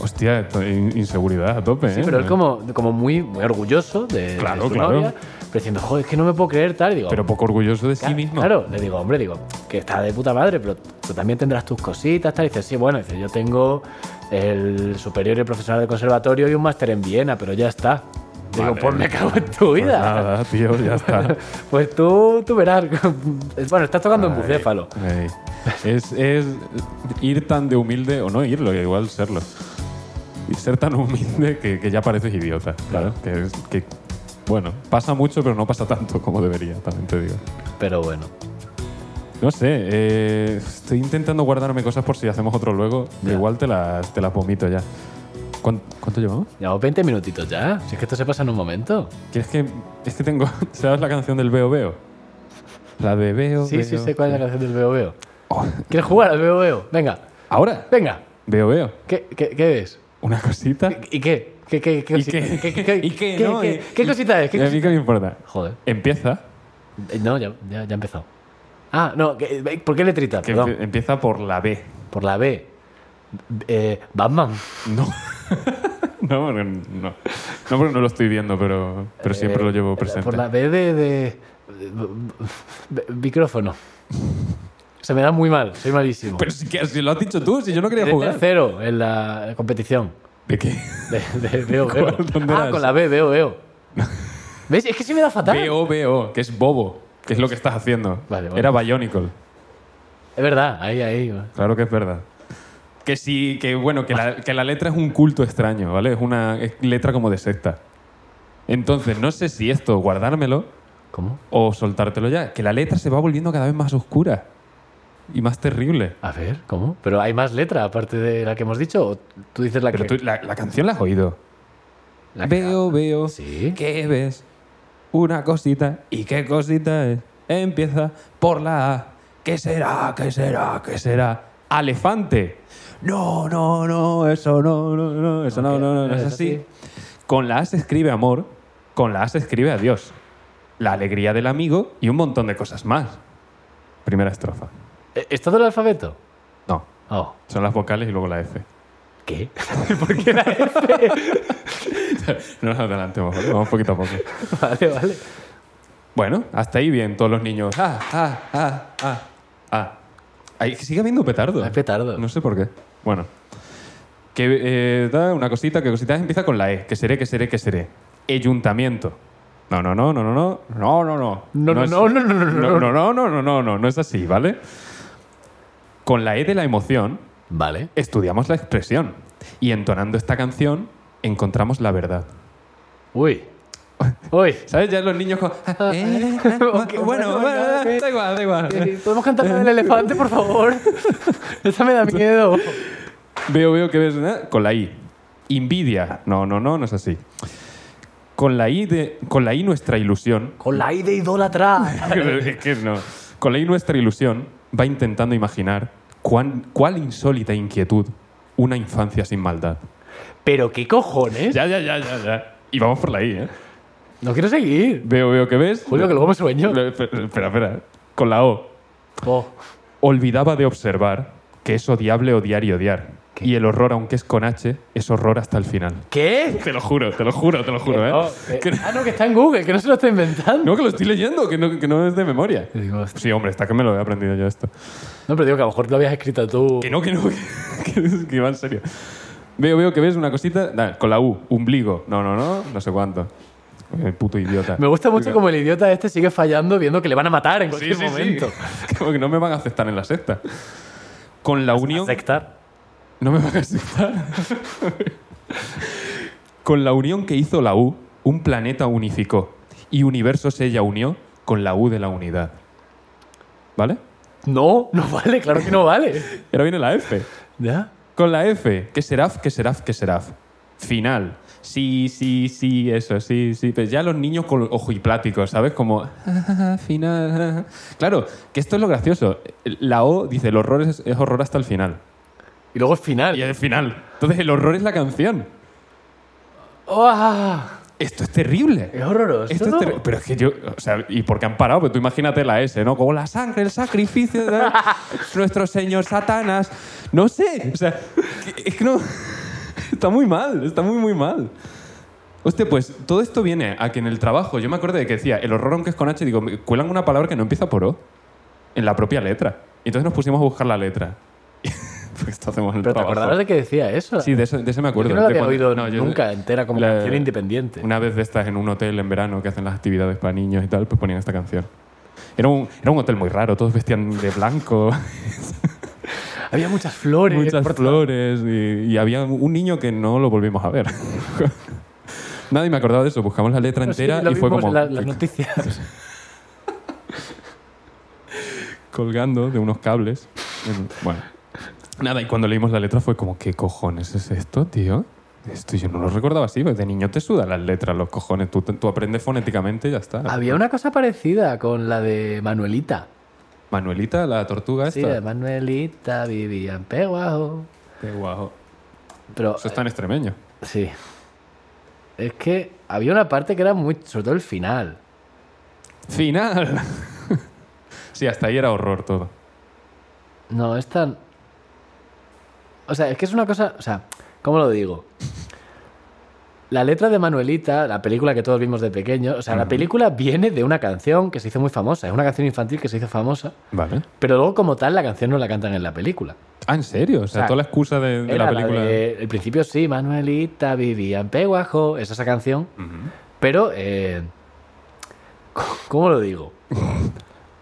S2: Hostia, esto- in- inseguridad a tope,
S1: Sí,
S2: ¿eh?
S1: pero él como, como muy, muy orgulloso de, de
S2: Claro,
S1: su
S2: claro.
S1: novia. Pero diciendo, joder, es que no me puedo creer, tal. Y digo,
S2: Pero poco orgulloso de
S1: Ca-
S2: sí mismo.
S1: Claro, le digo, hombre, digo, que está de puta madre, pero tú también tendrás tus cositas, tal. Y dice, sí, bueno, dice, yo tengo el superior y profesional de conservatorio y un máster en Viena, pero ya está. Digo,
S2: Vale.
S1: pues me cago en tu
S2: Pues
S1: vida.
S2: nada, tío,
S1: (laughs)
S2: ya está.
S1: Pues, tú, tú verás. bueno, estás tocando en bucéfalo.
S2: Ey. Es, es ir tan de humilde, o no irlo, igual serlo. Y ser tan humilde que, que ya pareces idiota. Claro. Que, es- que, bueno, pasa mucho, pero no pasa tanto como debería, también te digo.
S1: Pero bueno,
S2: No sé, eh, estoy intentando guardarme cosas por si hacemos otro luego.
S1: Ya.
S2: Igual te las, te las vomito ya. ¿Cuán- ¿Cuánto llevamos?
S1: llevamos 20 minutitos ya. Si es que esto se pasa en un momento.
S2: ¿Quieres que.? Es que tengo. (laughs) ¿Sabes la canción del Veo Veo? La de Veo.
S1: Sí, sí,
S2: Veo,
S1: sé cuál es la
S2: Veo.
S1: canción del Veo Veo.
S2: Oh,
S1: ¿Quieres jugar al Veo Veo? Venga,
S2: ¿Ahora?
S1: venga.
S2: Veo Veo.
S1: ¿Qué, qué, qué ves?
S2: Una cosita.
S1: ¿Y qué? ¿Qué, qué, qué,
S2: ¿Y
S1: cosita-
S2: qué?
S1: qué- qué-
S2: ¿Y qué?
S1: qué-
S2: no?
S1: qué- qué cosita es? ¿Qué
S2: ¿A mí
S1: cosita?
S2: qué me importa?
S1: Joder.
S2: Empieza.
S1: Eh, No, ya, ya, ya empezó. Ah, no, que- eh, ¿por qué letrita?
S2: que
S1: Perdón.
S2: empie- empieza por la B. (laughs)
S1: Por la B. eh, Batman.
S2: No. no, porque no. No, porque no lo estoy viendo, pero, pero siempre
S1: Eh,
S2: lo llevo presente.
S1: Por la B de, de- de- de- micrófono. Se me da muy mal, soy malísimo.
S2: Pero si, que- si lo has dicho tú, si yo no quería
S1: de
S2: jugar.
S1: tercero en la competición.
S2: ¿De qué?
S1: De, de- veo, veo.
S2: ¿Cuál? (laughs) ¿Dónde
S1: Ah,
S2: eras?
S1: con la B, veo,
S2: (laughs)
S1: veo. ¿Ves? Es que se me da fatal.
S2: B.O.B.O., que es bobo, que es lo que estás haciendo.
S1: Vale, vale.
S2: Era Bionicle.
S1: Es verdad, ahí, ahí.
S2: Claro que es verdad. Que sí, que bueno, que la, que la letra es un culto extraño, ¿vale? Es una es letra como de secta. Entonces, no sé si esto, guardármelo
S1: ¿Cómo?
S2: o soltártelo ya. Que la letra se va volviendo cada vez más oscura y más terrible.
S1: A ver, ¿cómo? Pero hay más letra aparte de la que hemos dicho. ¿O tú dices la
S2: Pero
S1: que.
S2: tú, la, la canción la has oído.
S1: la que-
S2: veo, veo.
S1: Sí.
S2: ¿Qué ves? Una cosita. ¿Y qué cosita es? Empieza por la A. ¿Qué será? ¿Qué será? ¿Qué será? Elefante. No, no, no, eso no, no, no, eso no,
S1: Ok,
S2: no, no, no es
S1: es
S2: así. Con la A se escribe amor, con la A se escribe adiós, la alegría del amigo y un montón de cosas más. Primera estrofa.
S1: ¿Eh, ¿Es todo el alfabeto?
S2: No,
S1: Oh,
S2: son las vocales y luego la F.
S1: ¿qué?
S2: No nos adelantemos, ¿vale? vamos poquito a poco.
S1: (laughs) vale, vale.
S2: Bueno, hasta ahí bien, todos los niños. Ah, ah, ah, ah, ah. Ahí sigue habiendo petardo.
S1: Hay petardo.
S2: No sé por qué. Bueno. Que eh, da una cosita, que cosita empieza con la E. Que seré, que seré, que seré. Ayuntamiento. No, no, no, no, no, no, no, no, no.
S1: No, no,
S2: es-
S1: no, no, no, no, no.
S2: no, no, no, no, no, no, no, no es así, ¿vale? Con la E de la emoción
S1: Vale.
S2: estudiamos la expresión y entonando esta canción encontramos la verdad.
S1: Uy. Uy.
S2: ¿Sabes? Ya los niños con... Eh, eh,
S1: Ah, (laughs) Ok,
S2: bueno,
S1: bueno,
S2: bueno,
S1: ya,
S2: eh,
S1: ok.
S2: da igual, da igual.
S1: Eh, ¿Podemos cantar la del elefante, por
S2: (laughs)
S1: favor? Esa me da miedo.
S2: Veo, veo que ves... ¿eh? Con la I. Invidia. No, no, no, no es así. Con la I, de, con la I nuestra ilusión... (laughs)
S1: Con la I de idólatra.
S2: Es que no. Con la I nuestra ilusión va intentando imaginar cuán, cuál insólita inquietud una infancia sin maldad.
S1: Pero qué cojones.
S2: Ya, ya, ya, ya, ya. Y vamos por la I, ¿eh?
S1: No quiero seguir.
S2: Veo, veo que ves...
S1: Julio, que luego me sueño.
S2: Lo- Espera, espera. Con la O.
S1: Oh,
S2: olvidaba de observar que es odiable odiar y odiar.
S1: ¿Qué?
S2: Y el horror, aunque es con H, es horror hasta el final.
S1: ¿Qué?
S2: Te lo juro, te lo juro, te lo juro, ¿eh?
S1: Oh, eh,
S2: Que-
S1: ah, no, que está en Google, que no se lo está inventando.
S2: no, que lo estoy leyendo, que no, que no es de memoria.
S1: Y digo, hostia.
S2: Sí, hombre, está que me lo he aprendido yo esto.
S1: No, pero digo que a lo mejor lo habías escrito tú.
S2: Que no, que no, (laughs) que, que- que va en serio. Veo, veo que ves una cosita nah, con la U, ombligo. No, no, no, no sé cuánto. El puto idiota.
S1: Me gusta mucho como el idiota este sigue fallando viendo que le van a matar en
S2: Sí,
S1: cualquier
S2: sí, sí.
S1: momento.
S2: (laughs) Como que no me van a aceptar en la secta. Con la unión...
S1: Aceptar.
S2: No me van a aceptar. con la unión que hizo la U, un planeta unificó y universos ella unió con la U de la unidad. ¿Vale?
S1: No, no vale, claro que no vale.
S2: (laughs) Y ahora viene la F.
S1: ¿Ya?
S2: Con la F, que seraf, que seraf, que seraf. Final. Sí, sí, sí, eso, sí, sí. Pues ya los niños con ojo y plático, ¿sabes? Como, (laughs) "Ah, final. ah". Claro, que esto es lo gracioso. La O dice, el horror es, es horror hasta el final.
S1: Y luego es final.
S2: Y es el final. Entonces, el horror es la canción.
S1: ¡Ah!
S2: Esto es terrible.
S1: Es horroroso.
S2: Esto es terri- este pero es que yo, o sea, ¿y por qué han parado? Pues tú imagínate la S, ¿no? Como la sangre, el sacrificio
S1: (laughs)
S2: de nuestro señor Satanás. No sé, o sea, es que no. (laughs) Está muy mal, está muy, muy mal. Hostia, pues todo esto viene a que en el trabajo, yo me acuerdo de que decía, el horror aunque es con H, digo, me cuelan una palabra que no empieza por O, en la propia letra. Y entonces nos pusimos a buscar la letra. (laughs) Porque esto hacemos en el
S1: pero te
S2: trabajo.
S1: acordabas de que decía eso.
S2: Sí, de eso, de eso me acuerdo.
S1: Yo no la
S2: de
S1: había
S2: cuando-
S1: oído
S2: no, yo-
S1: nunca entera como
S2: la-
S1: canción independiente.
S2: Este, una vez de estas en un hotel en verano que hacen las actividades para niños y tal, pues ponían esta canción. Era un, era un hotel muy raro, todos vestían de blanco, (laughs)
S1: Había muchas flores.
S2: muchas
S1: por-
S2: flores y, y había un niño que no lo volvimos a ver. (laughs) Nadie me acordaba de eso, buscamos la letra
S1: No, sí,
S2: entera
S1: lo
S2: y fue
S1: vimos
S2: como
S1: en la- las
S2: (laughs)
S1: noticias.
S2: colgando de unos cables. En- bueno, nada, y cuando leímos la letra fue como, ¿qué cojones es esto, tío? Esto yo no lo recordaba así, pues de niño te sudan las letras, los cojones, tú, tú aprendes fonéticamente y ya está.
S1: Había una cosa parecida con la de Manuelita.
S2: Manuelita, la tortuga
S1: Sí,
S2: esta.
S1: la de Manuelita vivía en Peguajo.
S2: Qué guajo.
S1: Pero
S2: Eso está en extremeño.
S1: Sí. Es que había una parte que era muy. Sobre todo el final.
S2: (laughs) ¡Final! sí, hasta ahí era horror todo.
S1: No, esta. O sea, es que es una cosa. O sea, ¿cómo lo digo? La letra de Manuelita, la película que todos vimos de pequeño, o sea, la película viene de una canción que se hizo muy famosa. Es una canción infantil que se hizo famosa.
S2: Vale.
S1: Pero luego, como tal, la canción no la cantan en la película.
S2: Ah, ¿en serio? O
S1: O
S2: sea,
S1: sea,
S2: toda la excusa de, de
S1: Era
S2: la
S1: la
S2: película.
S1: de- el principio sí, Manuelita vivía en Peguajo, es esa canción. Pero, eh, (laughs) ¿cómo lo digo?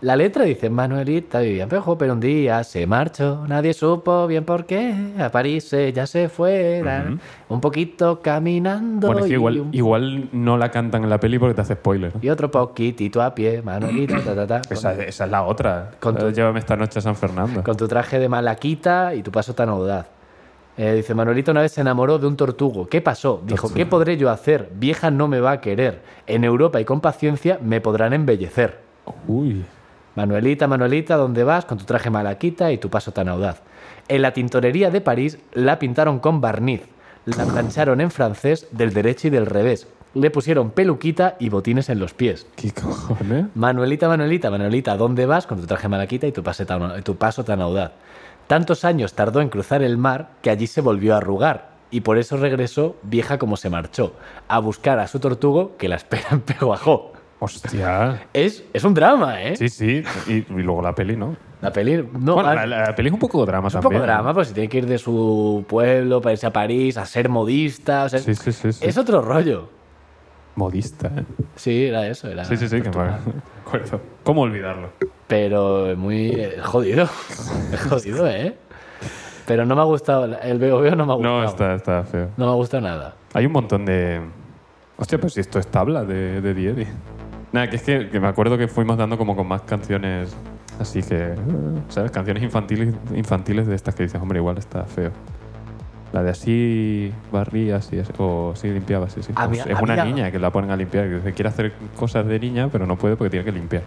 S1: La letra dice, Manuelita vivía en Peguajo, pero un día se marchó, nadie supo bien por qué, a París ella se fuera, un poquito caminando
S2: Bueno, es que
S1: y,
S2: igual,
S1: un-
S2: igual no la cantan en la peli porque te hace spoiler. ¿no?
S1: y otro poquitito a pie, Manuelita, ta, ta, ta, con,
S2: Esa, esa es la otra.
S1: Con tu-
S2: Llévame esta noche a San Fernando.
S1: con tu traje de malaquita y tu paso tan audaz. Eh, dice, Manuelita una vez se enamoró de un tortugo. ¿Qué pasó? Dijo,
S2: Tortugo.
S1: ¿qué podré yo hacer? Vieja no me va a querer. En Europa y con paciencia me podrán embellecer.
S2: Uy.
S1: Manuelita, Manuelita, ¿dónde vas? Con tu traje malaquita y tu paso tan audaz. En la tintorería de París la pintaron con barniz. La plancharon en francés del derecho y del revés. Le pusieron peluquita y botines en los pies.
S2: ¿Qué cojones?
S1: Manuelita, Manuelita, Manuelita, ¿dónde vas con tu traje malaquita y tu, pase tan- tu paso tan audaz? Tantos años tardó en cruzar el mar que allí se volvió a arrugar y por eso regresó vieja como se marchó, a buscar a su tortugo que la espera en Peguajó.
S2: Hostia.
S1: Es, es un drama, ¿eh?
S2: Sí, sí. Y, y luego la peli, ¿no?
S1: La peli... No,
S2: bueno,
S1: ah,
S2: la, la peli es un poco drama
S1: es un
S2: también.
S1: poco drama, porque si tiene que ir de su pueblo para irse a París, a ser modista, o sea,
S2: Sí, sí, sí. sí.
S1: es otro rollo.
S2: Modista, ¿eh?
S1: Sí, era eso, era...
S2: Sí, sí, sí. Que me
S1: Ah, pues
S2: acuerdo. ¿Cómo olvidarlo?
S1: Pero muy eh,
S2: (laughs)
S1: jodido. Es jodido, ¿eh? Pero no me ha gustado. El veo veo no me ha gustado.
S2: No, está, está feo.
S1: No me ha gustado nada.
S2: Hay un montón de. Hostia, pero si esto es tabla de, de Diedi. Nada, que es que, que me acuerdo que fuimos dando como con más canciones. Así que. eh, ¿Sabes? Canciones infantiles, infantiles de estas que dices, hombre, igual está feo. La de así barría, así, así- o así limpiaba, así, sí.
S1: A mí-
S2: es
S1: a mí
S2: una
S1: la-
S2: niña que la ponen a limpiar, que dice, quiere hacer cosas de niña, pero no puede porque tiene que limpiar.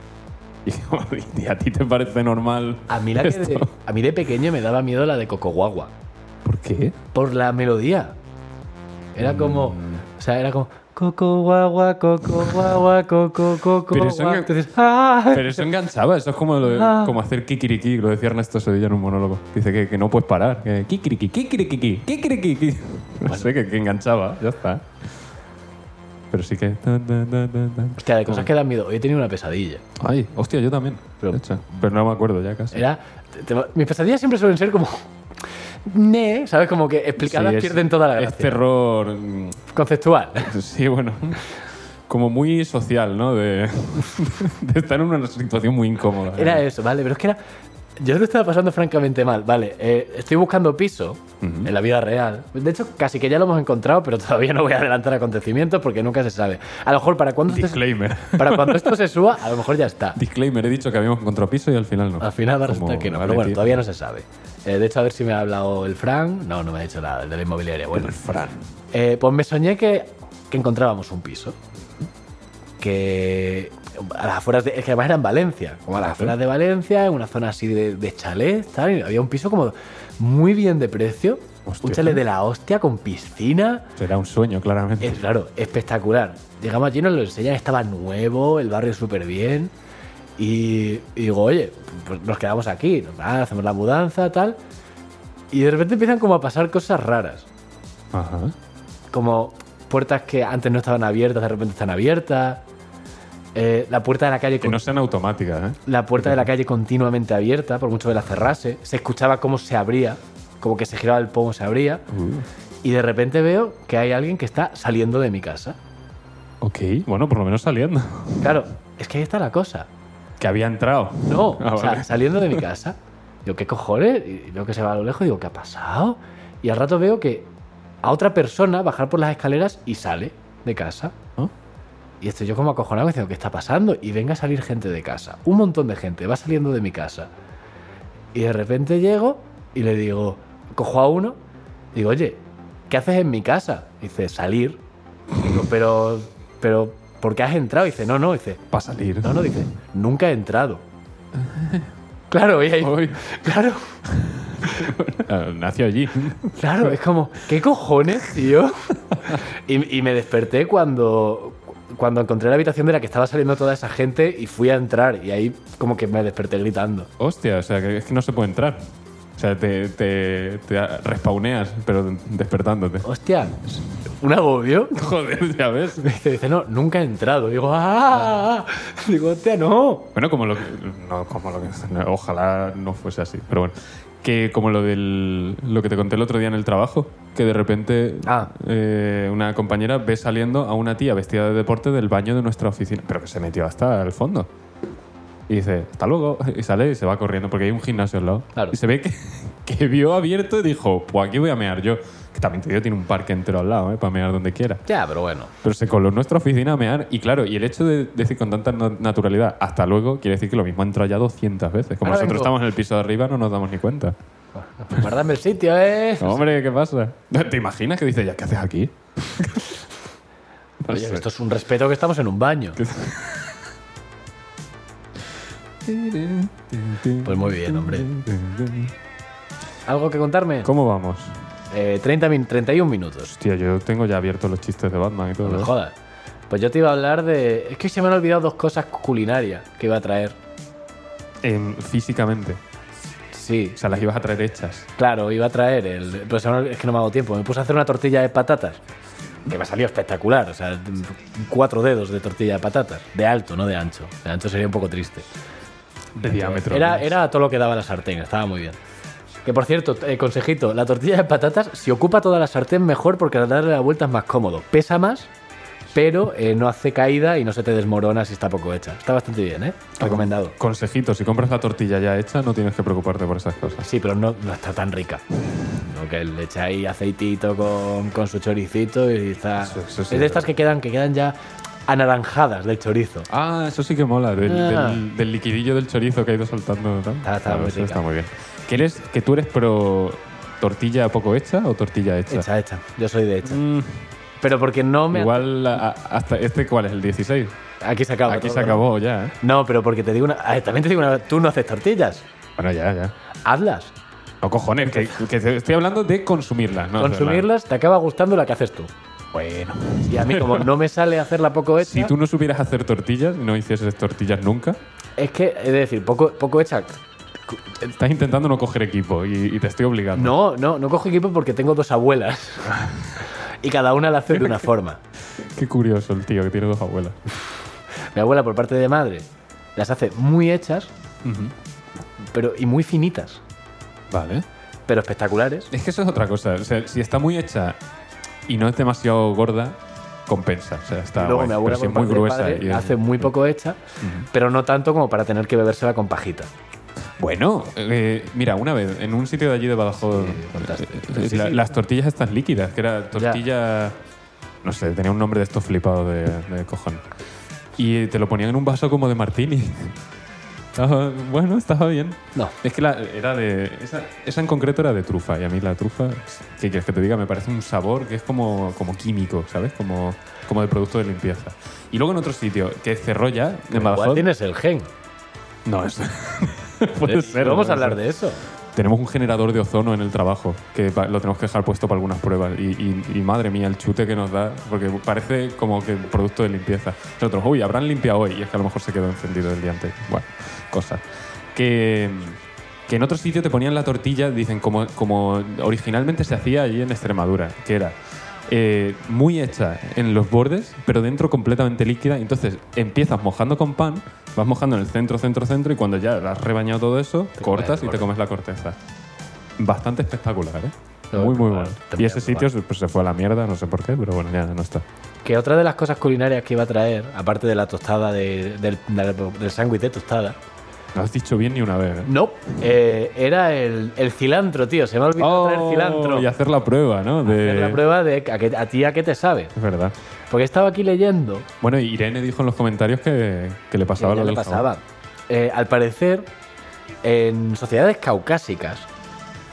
S2: Y, (laughs) como, "Y a ti te parece normal.
S1: A mí, la que
S2: esto?".
S1: de, a mí de pequeño me daba miedo la de Coco Guagua.
S2: ¿Por qué?
S1: Por la melodía.
S2: Mm.
S1: Era como. O sea, era como. Coco guagua, coco guagua, coco, coco.
S2: Pero eso
S1: guagua.
S2: que- (laughs)
S1: Entonces, ¡ah!
S2: Pero eso enganchaba, eso es como, lo de-
S1: Ah.
S2: como hacer kikiriki, lo decía Ernesto Sevilla en un monólogo. Dice que, que no puedes parar. Que kikiriki, kikiriki, kikiriki. ki- No sé, que, que enganchaba, ya está. Pero sí que. ta, ta, ta, ta, ta.
S1: Hostia, de
S2: mm.
S1: cosas que dan miedo. Hoy he tenido una pesadilla.
S2: Ay, hostia, yo también.
S1: Pero-
S2: de hecho. pero no me acuerdo ya casi.
S1: Era. te- te- mis pesadillas siempre suelen ser como. (laughs) Ne, ¿sabes? Como que explicadas
S2: Sí, es-
S1: pierden toda la
S2: Es
S1: gracia.
S2: terror. este mm,
S1: Conceptual.
S2: Sí, bueno. Como muy social, ¿no? De, (laughs) de estar en una situación muy incómoda.
S1: (laughs)
S2: Eh,
S1: Era eso, vale, pero es que era. Yo lo estaba pasando francamente mal, vale. eh, estoy buscando piso en la vida real. De hecho, casi que ya lo hemos encontrado, pero (laughs) todavía no voy a adelantar acontecimientos porque nunca se sabe. A lo mejor para cuando, esto se, (laughs)
S2: Disclaimer.
S1: para cuando esto se suba, a lo mejor ya está.
S2: Disclaimer, he dicho que habíamos encontrado piso y al final no.
S1: Al final va a
S2: Como-
S1: resultar que no,
S2: vale,
S1: pero bueno,
S2: tío.
S1: todavía no se sabe. Eh, de hecho, a ver si me ha hablado el Fran. No, no me ha dicho nada, el de la inmobiliaria. Bueno,
S2: El Fran.
S1: Eh, pues me soñé que, que encontrábamos un piso. Que a las afueras de. es que además era en Valencia. Como a las afueras de Valencia, en una zona así de, de chalés, tal. y había un piso como muy bien de precio.
S2: Hostia.
S1: Un chalet de la hostia con piscina.
S2: Será un sueño, claramente.
S1: Es, claro, espectacular. Llegamos allí, nos lo enseñan, estaba nuevo, el barrio súper bien. Y, y digo, oye, pues nos quedamos aquí, nos van, hacemos la mudanza, tal. Y de repente empiezan como a pasar cosas raras
S2: Ajá.
S1: como puertas que antes no estaban abiertas, de repente están abiertas. Eh, la puerta de la calle
S2: Que
S1: con-
S2: no sean automáticas, ¿eh?
S1: la puerta de la calle continuamente abierta, por mucho que la cerrase. Se escuchaba cómo se abría, como que se giraba el pomo, se abría.
S2: Uh.
S1: Y de repente veo que hay alguien que está saliendo de mi casa.
S2: ok. Bueno, por lo menos saliendo.
S1: Claro, es que ahí está la cosa.
S2: que había entrado.
S1: No,
S2: Ah,
S1: o sea,
S2: vale.
S1: saliendo de mi casa. Digo, ¿qué cojones? Y veo que se va a lo lejos y digo, ¿qué ha pasado? Y al rato veo que a otra persona bajar por las escaleras y sale de casa.
S2: ¿No?
S1: Y estoy yo como acojonado diciendo, ¿qué está pasando? Y venga a salir gente de casa. Un montón de gente va saliendo de mi casa. Y de repente llego y le digo, cojo a uno, digo, oye, ¿qué haces en mi casa? dice, salir. Digo, pero, pero, ¿por qué has entrado? dice, no, no, dice,
S2: Para salir.
S1: no, no, dice, nunca he entrado. (laughs) Claro, y ahí-
S2: Uy.
S1: (laughs) claro,
S2: Ah, Nació allí.
S1: claro, es como, ¿qué cojones, tío? (laughs) Y, y me desperté cuando, cuando encontré la habitación de la que estaba saliendo toda esa gente y fui a entrar y ahí como que me desperté gritando.
S2: Hostia, o sea, que es que no se puede entrar. O sea, te, te, te respawneas, pero despertándote.
S1: Hostia, un agobio. (laughs)
S2: Joder, ya ves.
S1: Dice, dice, no, nunca he entrado. Digo, ¡ah! (laughs) Digo, hostia, no.
S2: Bueno, como lo que. No, como lo que. no, ojalá no fuese así, pero bueno. Que como lo del. Lo que te conté el otro día en el trabajo, que de repente
S1: Ah.
S2: eh, una compañera ve saliendo a una tía vestida de deporte del baño de nuestra oficina, pero que se metió hasta el fondo. Y dice, hasta luego. Y sale y se va corriendo porque hay un gimnasio al lado.
S1: Claro.
S2: Y se ve que, (laughs) que vio abierto y dijo, pues aquí voy a mear yo. Que también te digo, tiene un parque entero al lado, ¿eh? Para mear donde quiera.
S1: Ya, pero bueno.
S2: Pero se coló en nuestra oficina a mear. Y claro, y el hecho de decir con tanta na- naturalidad hasta luego quiere decir que lo mismo ha entrado ya 200 veces. Como
S1: Ahora
S2: nosotros
S1: vengo.
S2: estamos en el piso de arriba, no nos damos ni cuenta.
S1: Guardadme el sitio, ¿eh?
S2: No, hombre, ¿qué pasa? (laughs) ¿Te imaginas que dices, ya, ¿qué haces aquí?
S1: (laughs)
S2: No
S1: Oye,
S2: sé.
S1: esto es un respeto que estamos en un baño. Pues muy bien, hombre. ¿Algo que contarme?
S2: ¿Cómo vamos?
S1: Eh, 30 min 31 minutos.
S2: Hostia, yo tengo ya abiertos los chistes de Batman y todo.
S1: No me
S2: ¿eh?
S1: jodas. Pues yo te iba a hablar de. Es que se me han olvidado dos cosas culinarias que iba a traer.
S2: Em, físicamente.
S1: Sí,
S2: O sea, las ibas a traer hechas.
S1: claro, iba a traer el. Pues ahora es que no me hago tiempo. Me puse a hacer una tortilla de patatas. Que me ha salido espectacular. O sea, cuatro dedos de tortilla de patatas. De alto, no de ancho. De ancho sería un poco triste.
S2: De diámetro.
S1: Era, era todo lo que daba la sartén, estaba muy bien. Que por cierto, eh, consejito, la tortilla de patatas, si ocupa toda la sartén, mejor porque al darle la vuelta es más cómodo. Pesa más, pero eh, no hace caída y no se te desmorona si está poco hecha. Está bastante bien, ¿eh? Recomendado.
S2: Consejito, si compras la tortilla ya hecha, no tienes que preocuparte por esas cosas.
S1: Sí, pero no, no está tan rica. No, que le echáis aceitito con, con su choricito y está...
S2: Eso- eso sí,
S1: es de estas
S2: verdad.
S1: que quedan, que quedan ya anaranjadas del chorizo.
S2: Ah, eso sí que mola, del,
S1: Ah.
S2: del- del liquidillo del chorizo que ha ido soltando. ¿no?
S1: Está- está
S2: Claro,
S1: muy
S2: eso
S1: rica.
S2: está muy bien. ¿Que, eres, ¿Que tú eres pro tortilla poco hecha o tortilla hecha?
S1: Hecha, hecha. Yo soy de hecha.
S2: Mm,
S1: Pero porque no me...
S2: igual a- a- hasta este, ¿cuál es? ¿El 16?
S1: Aquí se acaba.
S2: Aquí
S1: todo,
S2: se
S1: ¿no?
S2: acabó ya. ¿eh?
S1: No, pero porque te digo una. ah, También te digo una. Tú no haces tortillas.
S2: Bueno, ya, ya.
S1: Hazlas.
S2: No cojones, que, que te estoy hablando de consumirlas. No hacerlas.
S1: Consumirlas te acaba gustando la que haces tú. Bueno. Y a mí, como no me sale hacerla poco hecha.
S2: (laughs) Si tú no supieras hacer tortillas y no hicieses tortillas nunca,
S1: Es que, es decir, poco, poco hecha.
S2: estás intentando no coger equipo y, y te estoy obligando.
S1: No, no, no cojo equipo porque tengo dos abuelas. (laughs) y cada una la hace de una forma.
S2: Qué curioso el tío que tiene dos abuelas.
S1: Mi abuela, por parte de madre, las hace muy hechas, pero y muy finitas,
S2: Vale.
S1: pero espectaculares.
S2: Es que eso es otra cosa. O sea, si está muy hecha y no es demasiado gorda, compensa. O sea, está
S1: Y luego
S2: guay.
S1: mi abuela,
S2: Pero si es
S1: por
S2: muy
S1: parte de
S2: gruesa.
S1: padre,
S2: y es-
S1: hace muy poco hecha, pero no tanto como para tener que bebérsela con pajita.
S2: Bueno, eh, mira, una vez, en un sitio de allí de Badajoz,
S1: contaste.
S2: eh, la- las tortillas estas líquidas, que era tortilla... No sé, tenía un nombre de estos flipados de, de cojón. Y te lo ponían en un vaso como de martini. (laughs) Estaba- bueno, estaba bien.
S1: No.
S2: Es que la- era de. Esa, esa en concreto era de trufa. Y a mí la trufa, ¿qué quieres que te diga? Me parece un sabor que es como, como químico, ¿sabes? Como, como de producto de limpieza. Y luego en otro sitio, que cerró ya, en
S1: Igual
S2: Badajoz.
S1: tienes el gen.
S2: No, es. (laughs) puede ser.
S1: Vamos
S2: puede
S1: a hablar
S2: ser.
S1: de eso.
S2: Tenemos un generador de ozono en el trabajo que va- lo tenemos que dejar puesto para algunas pruebas. Y, y- y madre mía, el chute que nos da, porque parece como que producto de limpieza. Nosotros, uy, habrán limpiado hoy. Y es que a lo mejor se quedó encendido el día antes. Bueno, cosas. Que, que en otro sitio te ponían la tortilla, dicen, como, como originalmente se hacía allí en Extremadura, que era. eh, muy hecha en los bordes, pero dentro completamente líquida. Entonces empiezas mojando con pan, vas mojando en el centro, centro, centro, y cuando ya has rebañado todo eso, cortas y te comes la corteza. Bastante espectacular, ¿eh?
S1: Lo voy
S2: muy,
S1: a
S2: muy
S1: probar,
S2: bueno.
S1: te voy
S2: Y
S1: a
S2: ese
S1: probar.
S2: sitio se- pues, se fue a la mierda, no sé por qué, pero bueno, ya no está.
S1: Que otra de las cosas culinarias que iba a traer, aparte de la tostada de- del, del- del sándwich de tostada,
S2: No has dicho bien ni una vez. ¿eh?
S1: no, eh, era el, el cilantro, tío. Se me ha olvidado traer
S2: Oh,
S1: cilantro.
S2: Y hacer la prueba, ¿no? De...
S1: Hacer la prueba de a, que, a ti a qué te sabe.
S2: Es verdad.
S1: Porque estaba aquí leyendo.
S2: Bueno, Irene dijo en los comentarios que, que le pasaba
S1: que
S2: lo
S1: ya le
S2: del
S1: pasaba.
S2: jabón.
S1: Eh, al parecer, en sociedades caucásicas,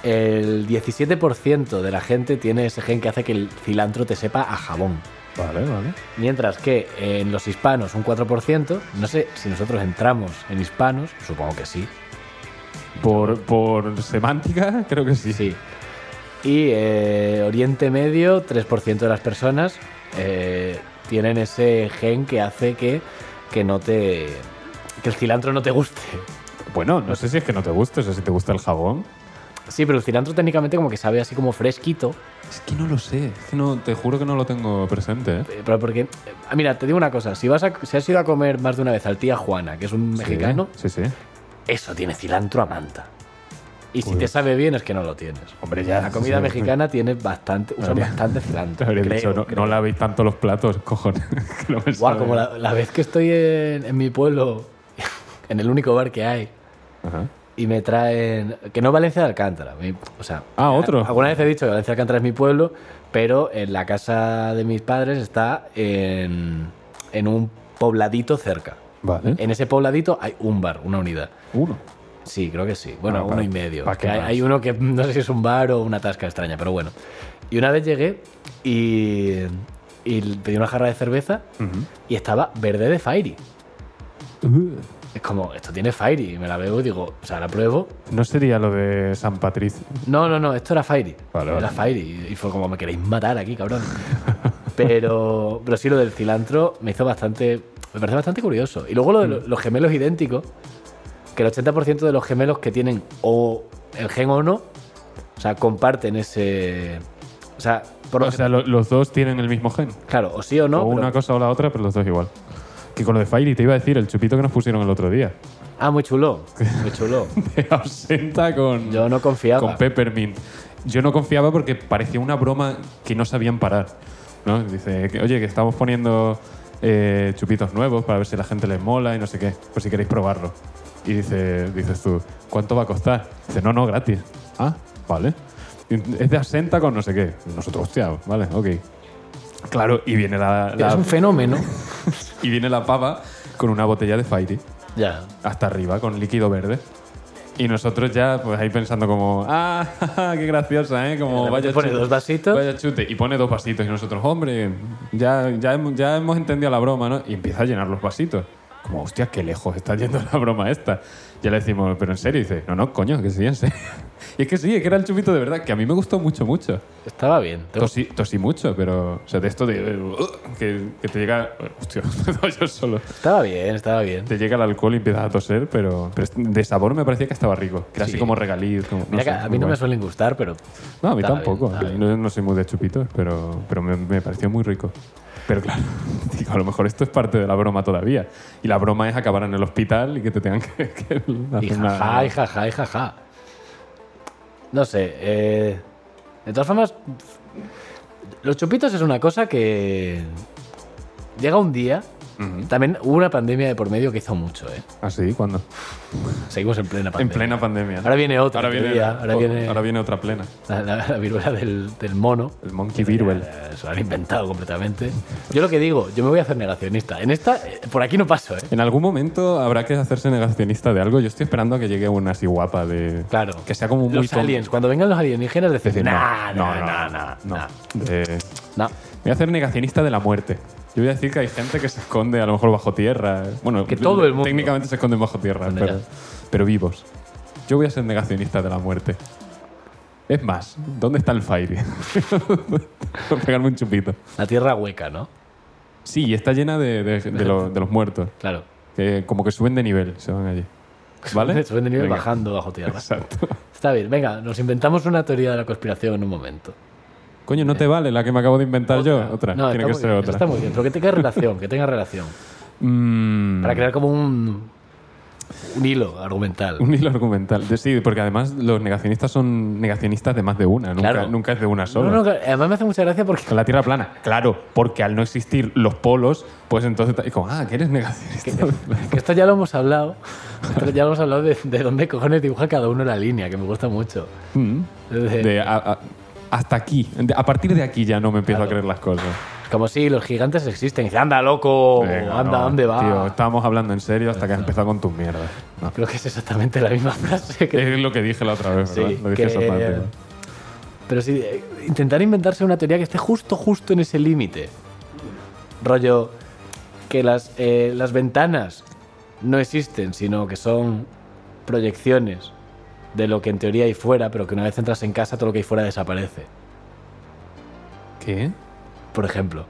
S1: el 17% de la gente tiene ese gen que hace que el cilantro te sepa a jabón.
S2: Vale, vale.
S1: Mientras que eh, en los hispanos un 4%, no sé si nosotros entramos en hispanos, supongo que sí.
S2: Por, por semántica, (laughs) creo que sí.
S1: Sí. Y eh, Oriente Medio, 3% de las personas eh, tienen ese gen que hace que, que no te. que el cilantro no te guste.
S2: Bueno, no sé si es que no te guste, o sea, si te gusta el jabón.
S1: Sí, pero el cilantro técnicamente como que sabe así como fresquito.
S2: Es que no lo sé. Es que no, te juro que no lo tengo presente. ¿eh?
S1: Eh, Pero porque, eh, ah, mira, te digo una cosa, si, vas a, si has ido a comer más de una vez al tía Juana, que es un mexicano,
S2: Sí, sí.
S1: eso tiene cilantro a manta. Y si
S2: Joder.
S1: te sabe bien es que no lo tienes.
S2: Hombre, ya,
S1: La
S2: sí, (laughs)
S1: comida
S2: sí.
S1: mexicana tiene bastante, usan
S2: Habría-
S1: bastante
S2: Te
S1: cilantro.
S2: habría
S1: creo,
S2: dicho, no,
S1: creo.
S2: no lavéis tanto los platos, (laughs) cojones. que no me
S1: Guau,
S2: sabe.
S1: como la, la vez que estoy en, en mi pueblo, (laughs) en el único bar que hay,
S2: Ajá.
S1: y me traen. Que no Valencia de Alcántara. mi- o sea,
S2: Ah, otro.
S1: Alguna vez he dicho que Valencia de Alcántara es mi pueblo, pero en la casa de mis padres está en, en un pobladito cerca.
S2: Vale.
S1: En ese pobladito hay un bar, una unidad.
S2: Uno.
S1: Sí, creo que sí. Bueno,
S2: Ah,
S1: uno
S2: pa-
S1: y medio.
S2: pa'
S1: Es que
S2: qué
S1: hay,
S2: más.
S1: hay uno que (laughs) no sé si es un bar o una tasca extraña, pero bueno. Y una vez llegué y, y pedí una jarra de cerveza y estaba verde de Fairy.
S2: Uh.
S1: Es como, esto tiene Fairy. Y me la veo y digo, o sea, la pruebo.
S2: No sería lo de San Patricio.
S1: No, no, no, esto era Fairy.
S2: Vale, vale.
S1: Era Fairy. Y fue como, me queréis matar aquí, cabrón. pero, pero sí, lo del cilantro me hizo bastante. Me parece bastante curioso. Y luego lo de lo- los gemelos idénticos, que el 80% de los gemelos que tienen o el gen o no, o sea, comparten ese. O sea, por lo
S2: O
S1: que-
S2: sea, lo- los dos tienen el mismo gen.
S1: claro, o sí o no.
S2: o
S1: pero-
S2: una cosa o la otra, pero los dos igual. Que con lo de Fairy te iba a decir el chupito que nos pusieron el otro día.
S1: Ah, muy
S2: (laughs)
S1: chulo. Muy chulo.
S2: Te (laughs) ausenta con,
S1: Yo no confiaba.
S2: con Peppermint. Yo no confiaba porque parecía una broma que no sabían parar. ¿no? Dice, que, oye, que estamos poniendo eh, chupitos nuevos para ver si a la gente les mola y no sé qué, por si queréis probarlo. Y dice, dices tú, ¿cuánto va a costar? Dice, no, no, gratis. Ah, vale. Y Es de ausenta con no sé qué. Nosotros, hostia, vale, ok. Claro, y viene la, la-
S1: Es un
S2: (laughs)
S1: fenómeno.
S2: y viene la pava con una botella de Fairy
S1: ya.
S2: hasta arriba con líquido verde. Y nosotros ya, pues ahí pensando como, ah, (laughs) jaja, qué graciosa, ¿eh? Como
S1: De repente
S2: vaya
S1: pone
S2: chute,
S1: dos vasitos.
S2: Vaya chute. Y pone dos vasitos y nosotros, hombre, ya, ya, hemos- ya hemos entendido la broma, ¿no? Y empieza a llenar los vasitos. Como, hostia, qué lejos está yendo la broma esta. Ya le decimos, pero en serio, y dice, no, no, coño, que sí, en serio. (laughs) Y es que sí, es que era el chupito de verdad, que a mí me gustó mucho, mucho.
S1: Estaba bien. Tengo-
S2: Tosí, tosí mucho, pero, o sea, de esto de, uh, que, que te llega, hostia, (laughs) yo solo.
S1: Estaba bien, estaba bien.
S2: Te llega el alcohol y empiezas a toser, pero, pero de sabor me parecía que estaba rico. Que era
S1: Sí.
S2: así como regaliz. como-
S1: Mira
S2: no
S1: que
S2: sé,
S1: a mí
S2: muy
S1: no me
S2: guay.
S1: suelen gustar, pero
S2: No, a mí
S1: Está bien,
S2: tampoco.
S1: está bien.
S2: Yo no soy muy de chupitos, pero, pero me, me pareció muy rico. Pero claro, (laughs) digo, a lo mejor esto es parte de la broma todavía. Y la broma es acabar en el hospital y que te tengan que, (laughs) que
S1: Y
S2: hacer una-
S1: jaja, y jaja, y jaja. No sé. eh, de todas formas, los chupitos es una cosa que. Llega un día.
S2: Ujú.
S1: También hubo una pandemia de por medio que hizo mucho, ¿eh?
S2: ¿Ah, sí? ¿Cuándo?
S1: Seguimos en plena pandemia.
S2: En plena pandemia.
S1: Ahora viene otra.
S2: Ahora
S1: otro
S2: viene,
S1: día, ahora
S2: o-
S1: viene
S2: ahora viene otra plena.
S1: La, la- la viruela del, del mono.
S2: El monkey viruel.
S1: Eh, Se lo han inventado completamente. Yo lo que digo, yo me voy a hacer negacionista. En esta, eh, por aquí no paso, ¿eh?
S2: En algún momento habrá que hacerse negacionista de algo. Yo estoy esperando a que llegue una así guapa de...
S1: Claro.
S2: Que sea como muy...
S1: Los
S2: com-
S1: aliens, cuando vengan los alienígenas,
S2: Es
S1: decir,
S2: decir,
S1: nah,
S2: no,
S1: nah,
S2: no,
S1: nah,
S2: no,
S1: nah,
S2: no.
S1: nah".
S2: Eh,
S1: No.
S2: voy a hacer negacionista de la muerte. Yo voy a decir que hay gente que se esconde a lo mejor bajo tierra. Bueno,
S1: Que todo el mundo.
S2: técnicamente se esconden bajo tierra,
S1: Bueno,
S2: pero,
S1: ya.
S2: pero vivos. Yo voy a ser negacionista de la muerte. Es más, ¿dónde está el Fairy? (laughs) Voy a pegarme un chupito.
S1: La tierra hueca, ¿no?
S2: Sí, está llena de, de- de lo- de los muertos.
S1: Claro.
S2: Que como que suben de nivel, se van allí.
S1: (laughs)
S2: ¿Vale?
S1: Suben de nivel
S2: Venga.
S1: bajando bajo tierra.
S2: Exacto.
S1: Está bien, venga, nos inventamos una teoría de la conspiración en un momento.
S2: Coño, no te vale la que me acabo de inventar yo. Otra.
S1: No,
S2: Tiene
S1: está
S2: que
S1: muy
S2: ser
S1: bien,
S2: otra.
S1: Está muy bien, pero que tenga relación, que tenga
S2: (laughs)
S1: relación.
S2: Mm.
S1: Para crear como un, un hilo argumental.
S2: Un hilo argumental. De- Sí, porque además los negacionistas son negacionistas de más de una. Nunca,
S1: Claro.
S2: nunca es de una
S1: No,
S2: sola.
S1: no, claro, además me hace mucha gracia porque (laughs)
S2: Con la Tierra plana. Claro, porque al no existir los polos, pues entonces... ta- y como, ah, que eres negacionista.
S1: que esto ya lo hemos hablado. Esto ya lo hemos hablado de, de dónde cojones dibuja cada uno la línea, que me gusta mucho.
S2: Mm.
S1: De-
S2: (laughs) De a- a- hasta aquí. De- a partir de aquí ya no me empiezo a creer las cosas.
S1: Como si los gigantes existen. Y dice, anda, loco,
S2: Venga,
S1: Oh, anda,
S2: no,
S1: ¿dónde va?
S2: Tío, estábamos hablando en serio hasta que has empezado con tus mierdas. No.
S1: Creo que es exactamente la misma (laughs) frase que
S2: Es lo que dije la otra vez, ¿verdad?
S1: Sí,
S2: Lo dije
S1: que-
S2: exactamente.
S1: Pero sí, eh, intentar inventarse una teoría que esté justo, justo en ese límite. Rollo, que las, eh, las ventanas no existen, sino que son proyecciones de lo que en teoría hay fuera, pero que una vez entras en casa todo lo que hay fuera desaparece.
S2: ¿Qué?
S1: Por ejemplo.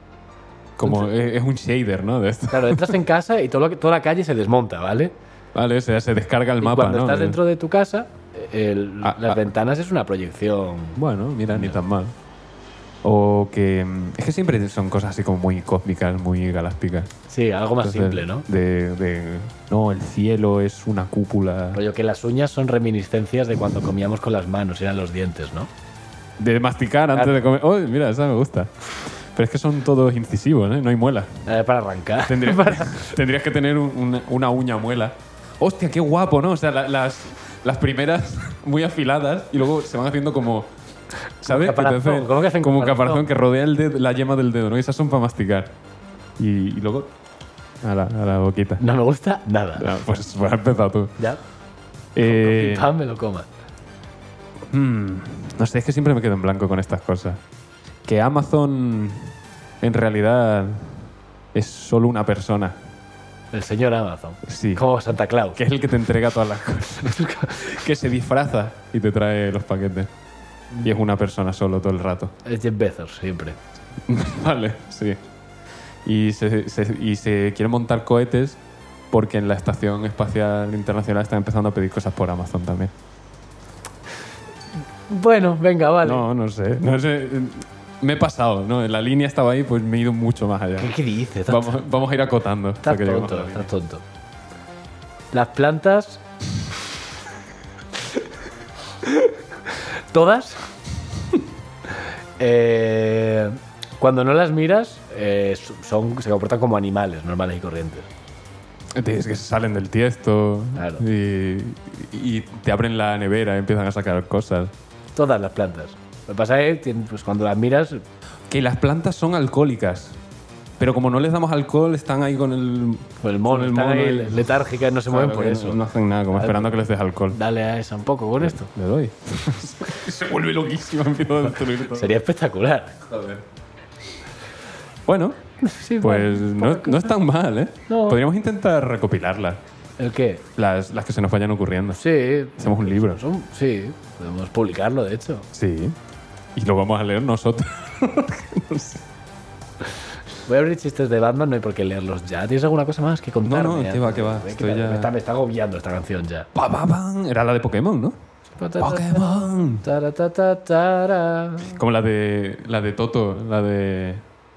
S2: Como es es un shader, ¿no? De esto.
S1: Claro, entras en casa y todo lo que- toda la calle se desmonta, ¿vale?
S2: Vale, o sea, se descarga el
S1: Y
S2: mapa,
S1: cuando
S2: ¿no?
S1: estás dentro de tu casa, el-
S2: Ah,
S1: las
S2: ah.
S1: ventanas es una proyección.
S2: Bueno, mira, ni tan mal. O que. mm, Es que siempre son cosas así como muy cósmicas, muy galácticas.
S1: Sí, algo más
S2: Entonces,
S1: simple, ¿no?
S2: De, de- No, el cielo es una cúpula.
S1: Rollo que las uñas son reminiscencias de cuando comíamos con las manos, eran los dientes, ¿no?
S2: De masticar antes de comer. Uy, mira, esa me gusta. Pero es que son todos incisivos, ¿eh? No hay muela.
S1: Eh, para arrancar.
S2: Tendrías,
S1: Para-
S2: tendrías que tener un- una, una uña muela. Hostia, qué guapo, ¿no? O sea, la- las, las primeras (laughs) muy afiladas y luego se van haciendo como. ¿Sabes? Que te
S1: caparazón, ¿cómo que hacen
S2: como
S1: caparazón?
S2: caparazón que rodea el dedo- la yema del dedo, ¿no? Y esas son para masticar. Y, y luego. A la, a la boquita.
S1: No me gusta nada.
S2: Ah, Pues, pues has empezado tú.
S1: Ya,
S2: Eh,
S1: pan me lo coma.
S2: Hmm, no sé, es que siempre me quedo en blanco con estas cosas. Que Amazon en realidad es solo una persona,
S1: El señor Amazon.
S2: Sí.
S1: Como Santa Claus.
S2: que es el que te entrega todas las
S1: (laughs)
S2: cosas, que se disfraza y te trae los paquetes. Y es una persona solo todo el rato.
S1: Es Jeff Bezos, siempre.
S2: vale, sí. Y se, se- y se quiere montar cohetes porque en la Estación Espacial Internacional están empezando a pedir cosas por Amazon también.
S1: Bueno, venga, vale.
S2: No, no sé, no sé. Me he pasado, ¿no? La línea estaba ahí, pues me he ido mucho más allá.
S1: ¿Qué, qué dices? Estás-
S2: Vamos, vamos a ir acotando. hasta
S1: estás
S2: que lleguemos a la
S1: tonto,
S2: línea.
S1: estás tonto. Las
S2: (laughs)
S1: plantas... Todas. Eh, cuando no las miras, eh, son, se comportan como animales normales y corrientes.
S2: Es que salen del tiesto
S1: Claro.
S2: y, y te abren la nevera y empiezan a sacar cosas.
S1: Todas las plantas. Lo que pasa es que tien- pues, cuando las miras,
S2: Que las plantas son alcohólicas, pero como no les damos alcohol, están ahí con el...
S1: pues el mono,
S2: el
S1: están
S2: mono
S1: ahí
S2: y-
S1: letárgicas, no se
S2: Claro,
S1: mueven por
S2: que no-
S1: eso.
S2: No, hacen nada, como
S1: Claro.
S2: esperando a que les des alcohol.
S1: Dale a esa un poco con esto.
S2: Le doy. (laughs) Se vuelve loquísimo, empieza a destruir todo.
S1: Sería espectacular.
S2: (laughs) Joder. Bueno,
S1: Sí,
S2: pues no, no es tan mal, ¿eh?
S1: No.
S2: Podríamos intentar recopilarlas,
S1: ¿El qué?
S2: las, las que se nos vayan ocurriendo.
S1: Sí.
S2: Hacemos un libro.
S1: son- sí, podemos publicarlo, de hecho.
S2: Sí. Y lo vamos a leer nosotros. (laughs)
S1: Voy a abrir chistes de Batman, no hay por qué leerlos ya. ¿Tienes alguna cosa más que contarme?
S2: No, no, qué va, qué va,
S1: Ve
S2: estoy
S1: tal,
S2: ya-
S1: me, está, me está agobiando esta canción ya.
S2: Pa, pa, pam. Era la de Pokémon, ¿no? Pokémon.
S1: Tara, ta, ta, tara.
S2: Como la de la de Toto, la de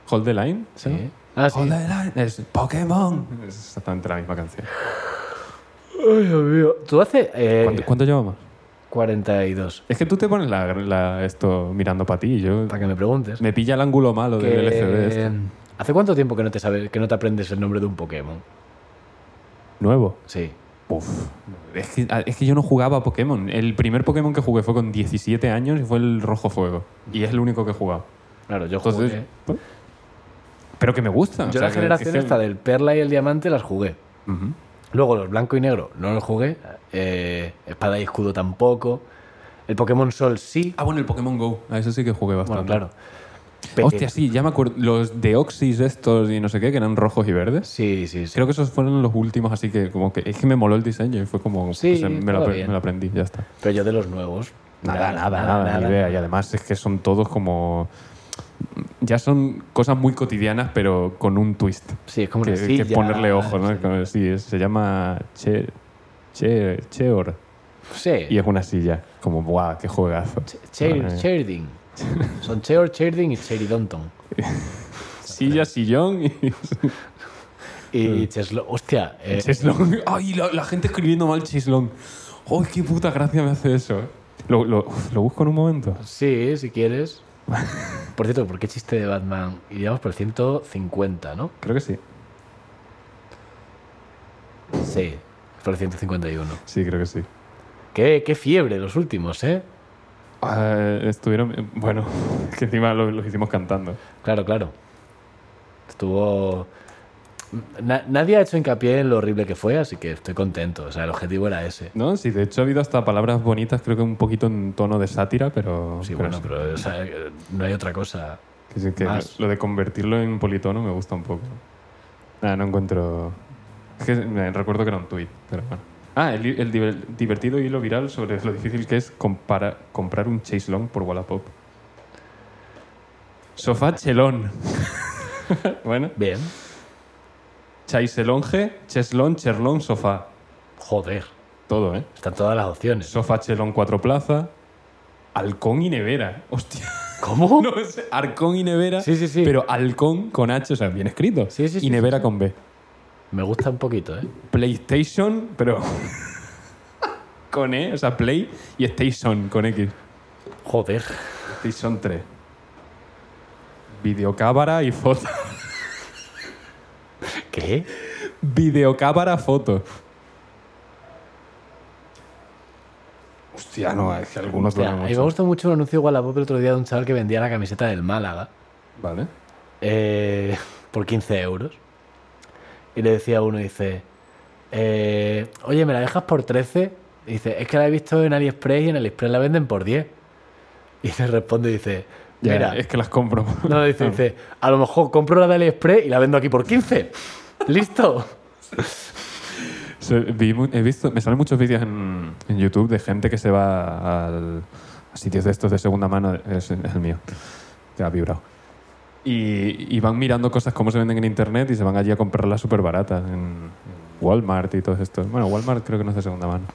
S2: Hold the Line.
S1: Sí. Ah, sí.
S2: Hold the Line es Pokémon. Es exactamente la misma canción.
S1: Eh, Ay, Dios mío. Tú hace eh,
S2: ¿Cuánto, cuánto llevamos?
S1: 42,
S2: Es que tú te pones la, la- esto mirando para ti y yo...
S1: para que me preguntes.
S2: Me pilla el ángulo malo
S1: Que, eh,
S2: del LCD. este.
S1: ¿Hace cuánto tiempo que no te sabes, que no te aprendes el nombre de un Pokémon?
S2: Nuevo.
S1: Sí.
S2: Uf. Es que, ah, es que yo no jugaba a Pokémon. El primer Pokémon que jugué fue con 17 años y fue el Rojo Fuego. Y es el único que he jugado.
S1: Claro, yo
S2: Entonces,
S1: jugué.
S2: ¿eh? pero que me gusta. o
S1: Yo
S2: sea,
S1: la
S2: que-
S1: generación
S2: que-
S1: esta del Perla y el Diamante las jugué.
S2: Ujú.
S1: Luego los blanco y negro no los jugué. eh, espada y escudo tampoco. El Pokémon Sol sí.
S2: Ah, bueno, el Pokémon Go. A eso sí que jugué bastante.
S1: bueno, claro. Pero-
S2: Hostia, sí, ya me acuerdo. Los Deoxys estos y no sé qué, que eran rojos y verdes.
S1: Sí, sí, sí.
S2: Creo que esos fueron los últimos, así que como que es que me moló el diseño y fue como
S1: Sí,
S2: pues, me, lo,
S1: estaba
S2: apre-
S1: bien.
S2: me lo aprendí, ya está.
S1: Pero yo de los nuevos.
S2: Nada, nada, nada, ni idea. Y además es que son todos como ya son cosas muy cotidianas, pero con un twist.
S1: Sí, es como
S2: que,
S1: una
S2: que
S1: silla,
S2: ponerle ojo, ¿no? Como- Sí, es- se llama che, che, Cheor.
S1: Sí.
S2: Y es una silla. Como, ¡buah, qué juegazo!
S1: Ch- Chair-
S2: Vale.
S1: Chairding. Son Cheor, Chairding y Cheridonton.
S2: Silla, sillón y... Mm.
S1: Y Cheslo. Hostia. eh,
S2: (laughs) Cheslón. ¡Ay, la, la gente escribiendo mal cheslón! ¡Ay, qué puta gracia me hace eso! eh! Lo, lo- lo busco en un momento.
S1: Sí, si quieres. Por cierto, ¿por qué chiste de Batman? Iríamos por el 150, ¿no?
S2: Creo que sí.
S1: Sí, por el 151.
S2: Sí, creo que sí.
S1: Qué, qué fiebre los últimos, ¿eh?
S2: Ah, estuvieron... Bueno, (laughs) que encima lo- los hicimos cantando.
S1: Claro, claro. Estuvo. Na- nadie ha hecho hincapié en lo horrible que fue, así que estoy contento. O sea, el objetivo era ese.
S2: No, sí, de hecho ha habido hasta palabras bonitas, creo que un poquito en tono de sátira, pero.
S1: Sí,
S2: pero
S1: bueno,
S2: sí,
S1: pero o sea, eh, no hay otra cosa.
S2: que sí, que
S1: más.
S2: lo de convertirlo en politono me gusta un poco. Nada, no encuentro. Es que me recuerdo que era un tuit, pero bueno. Ah, el, el diver- divertido hilo viral sobre lo difícil que es compara- comprar un chase long por Wallapop. Sofá chelón. (laughs) bueno,
S1: Bien.
S2: chaiselonge, cheslón, cherlón, sofá.
S1: Joder.
S2: Todo, ¿eh?
S1: Están todas las opciones.
S2: Sofá chelón cuatro plazas. Halcón y nevera. Hostia. (laughs)
S1: ¿Cómo?
S2: No es Arcón y nevera.
S1: Sí, sí, sí.
S2: Pero halcón con H, o sea, bien escrito.
S1: Sí, sí, sí,
S2: y nevera
S1: sí, sí.
S2: con B.
S1: Me gusta un poquito, ¿eh?
S2: PlayStation, pero. (laughs) con E, o sea, Play y Station con X.
S1: Joder.
S2: PlayStation 3. Videocámara y foto. (laughs)
S1: ¿Qué?
S2: Videocámara, foto. Hostia, no, es que algunos
S1: Hostia,
S2: duelen
S1: a mí me
S2: mucho.
S1: gustó mucho un anuncio de Wallapop el otro día de un chaval que vendía la camiseta del Málaga
S2: Vale.
S1: eh, por 15 euros. Y le decía a uno, dice, eh, oye, ¿me la dejas por 13? Y dice, es que la he visto en AliExpress y en AliExpress la venden por 10. Y le responde y dice,
S2: Ya, eh.
S1: mira,
S2: es que las compro.
S1: no,
S2: (laughs)
S1: dice, dice, a lo mejor compro la de AliExpress y la vendo aquí por 15. (laughs) ¿Listo?
S2: Se- vi mu- he visto, me salen muchos vídeos en, en YouTube de gente que se va al- a sitios de estos de segunda mano. Es, es el mío. Ya ha vibrado. Y, y van mirando cosas como se venden en internet y se van allí a comprarlas súper baratas en, en Walmart y todo esto. Bueno, Walmart creo que no es de segunda mano.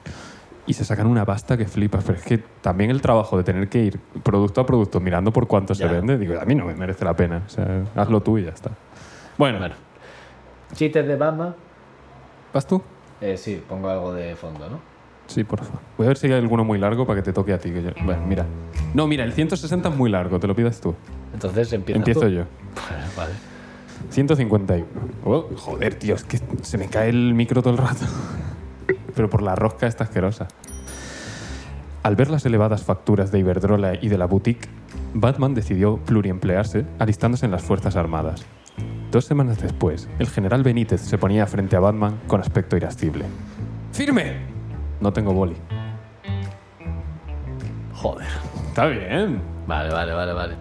S2: Y se sacan una pasta que flipas. Pero es que también el trabajo de tener que ir producto a producto mirando por cuánto
S1: Ya.
S2: se vende, digo, a mí no me merece la pena. O sea, hazlo tú y ya está. Bueno,
S1: Bueno. Chistes de Batman.
S2: ¿vas tú?
S1: Eh, sí, pongo algo de fondo, ¿no?
S2: Sí, por favor. Voy a ver si hay alguno muy largo para que te toque a ti. que yo- Bueno, mira. No, mira, el 160 es muy largo, te lo pidas tú.
S1: Entonces empiezas
S2: Empiezo
S1: tú.
S2: yo.
S1: (laughs) vale.
S2: 151. Oh, joder, tío, es que se me cae el micro todo el rato. (laughs) Pero por la rosca está asquerosa. Al ver las elevadas facturas de Iberdrola y de la boutique, Batman decidió pluriemplearse, alistándose en las Fuerzas Armadas. Dos semanas después, el general Benítez se ponía frente a Batman con aspecto irascible. ¡Firme! No tengo boli.
S1: Joder.
S2: Está bien.
S1: Vale, vale, vale, vale.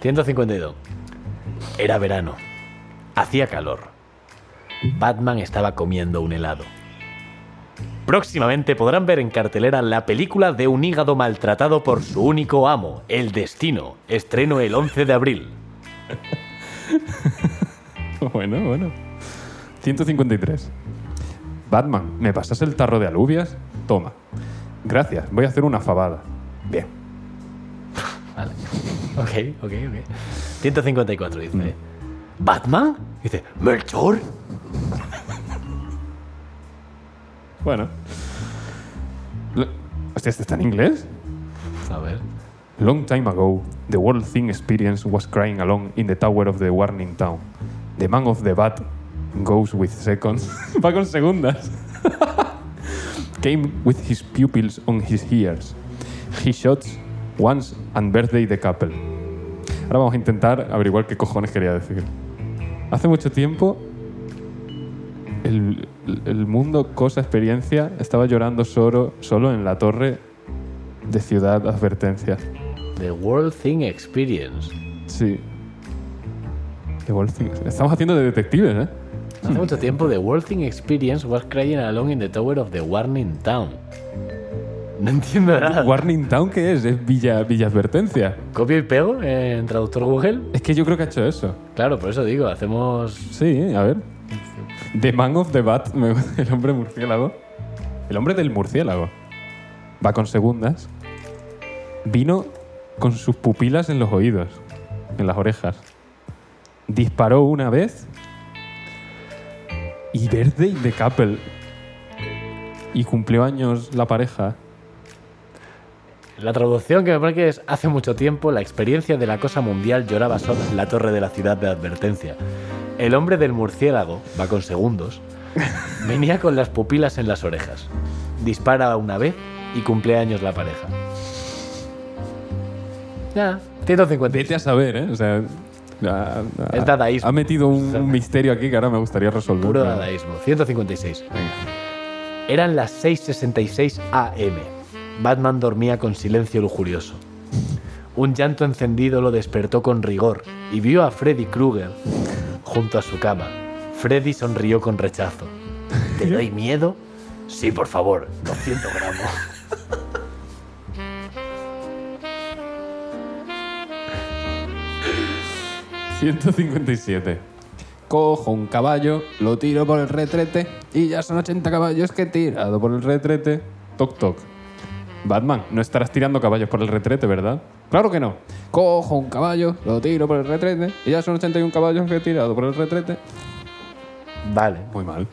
S1: 152. Era verano. Hacía calor. Batman estaba comiendo un helado. Próximamente podrán ver en cartelera la película de un hígado maltratado por su único amo, El Destino. Estreno el 11 de abril.
S2: (laughs) Bueno, bueno. 153. Batman, ¿me pasas el tarro de alubias? Toma. Gracias, voy a hacer una fabada. Bien.
S1: Vale. Ok, ok, ok. 154 dice. ¿Batman? Dice, ¿Melchor?
S2: Bueno. Lo- Hostia, ¿este está en inglés?
S1: A ver.
S2: Long time ago, the World Thing Experience was crying along in the tower of the Warning Town. The man of the bat goes with seconds. (laughs) Va con segundas. (laughs) Came with his pupils on his ears. He shot once and birthday the couple. Ahora vamos a intentar averiguar qué cojones quería decir. Hace mucho tiempo, el, el mundo, cosa, experiencia, estaba llorando solo, solo en la torre de Ciudad Advertencia.
S1: The World Thing Experience.
S2: Sí. The Wolf Thing. Estamos haciendo de detectives, ¿eh?
S1: Hace mucho tiempo, The World Thing Experience was crying along in the tower of the Warning Town. No entiendo nada.
S2: Warning Town, ¿qué es? Es Villa, Villa Advertencia.
S1: ¿Copio y pego en traductor Google?
S2: Es que yo creo que ha hecho eso.
S1: Claro, por eso digo, hacemos...
S2: Sí, a ver. The Man of the Bat, me- el hombre murciélago. El hombre del murciélago. Va con segundas. Vino con sus pupilas en los oídos, en las orejas. Disparó una vez. Y verde y de Capel. Y cumplió años la pareja.
S1: La traducción que me pone que es hace mucho tiempo la experiencia de la cosa mundial lloraba sola en la torre de la ciudad de advertencia. El hombre del murciélago, va con (laughs) segundos, venía con las pupilas en las orejas. Dispara una vez y cumpleaños la pareja. Ya, 150. (laughs)
S2: Vete a saber, ¿eh? O sea, ha, ha-
S1: Es dadaísmo.
S2: ha metido un, un misterio aquí que ahora me gustaría resolver.
S1: Puro
S2: pero-
S1: dadaísmo. 156.
S2: Venga.
S1: Eran las 6.66 am. Batman dormía con silencio lujurioso. Un llanto encendido lo despertó con rigor y vio a Freddy Krueger junto a su cama. Freddy sonrió con rechazo. ¿Te doy miedo? Sí, por favor, 200 gramos.
S2: ¿157? cojo un caballo, lo tiro por el retrete y ya son 80 caballos que he tirado por el retrete. Toc, toc. Batman, no estarás tirando caballos por el retrete, ¿verdad? Claro que no. Cojo un caballo, lo tiro por el retrete y ya son 81 caballos que he tirado por el retrete.
S1: Vale.
S2: Muy mal.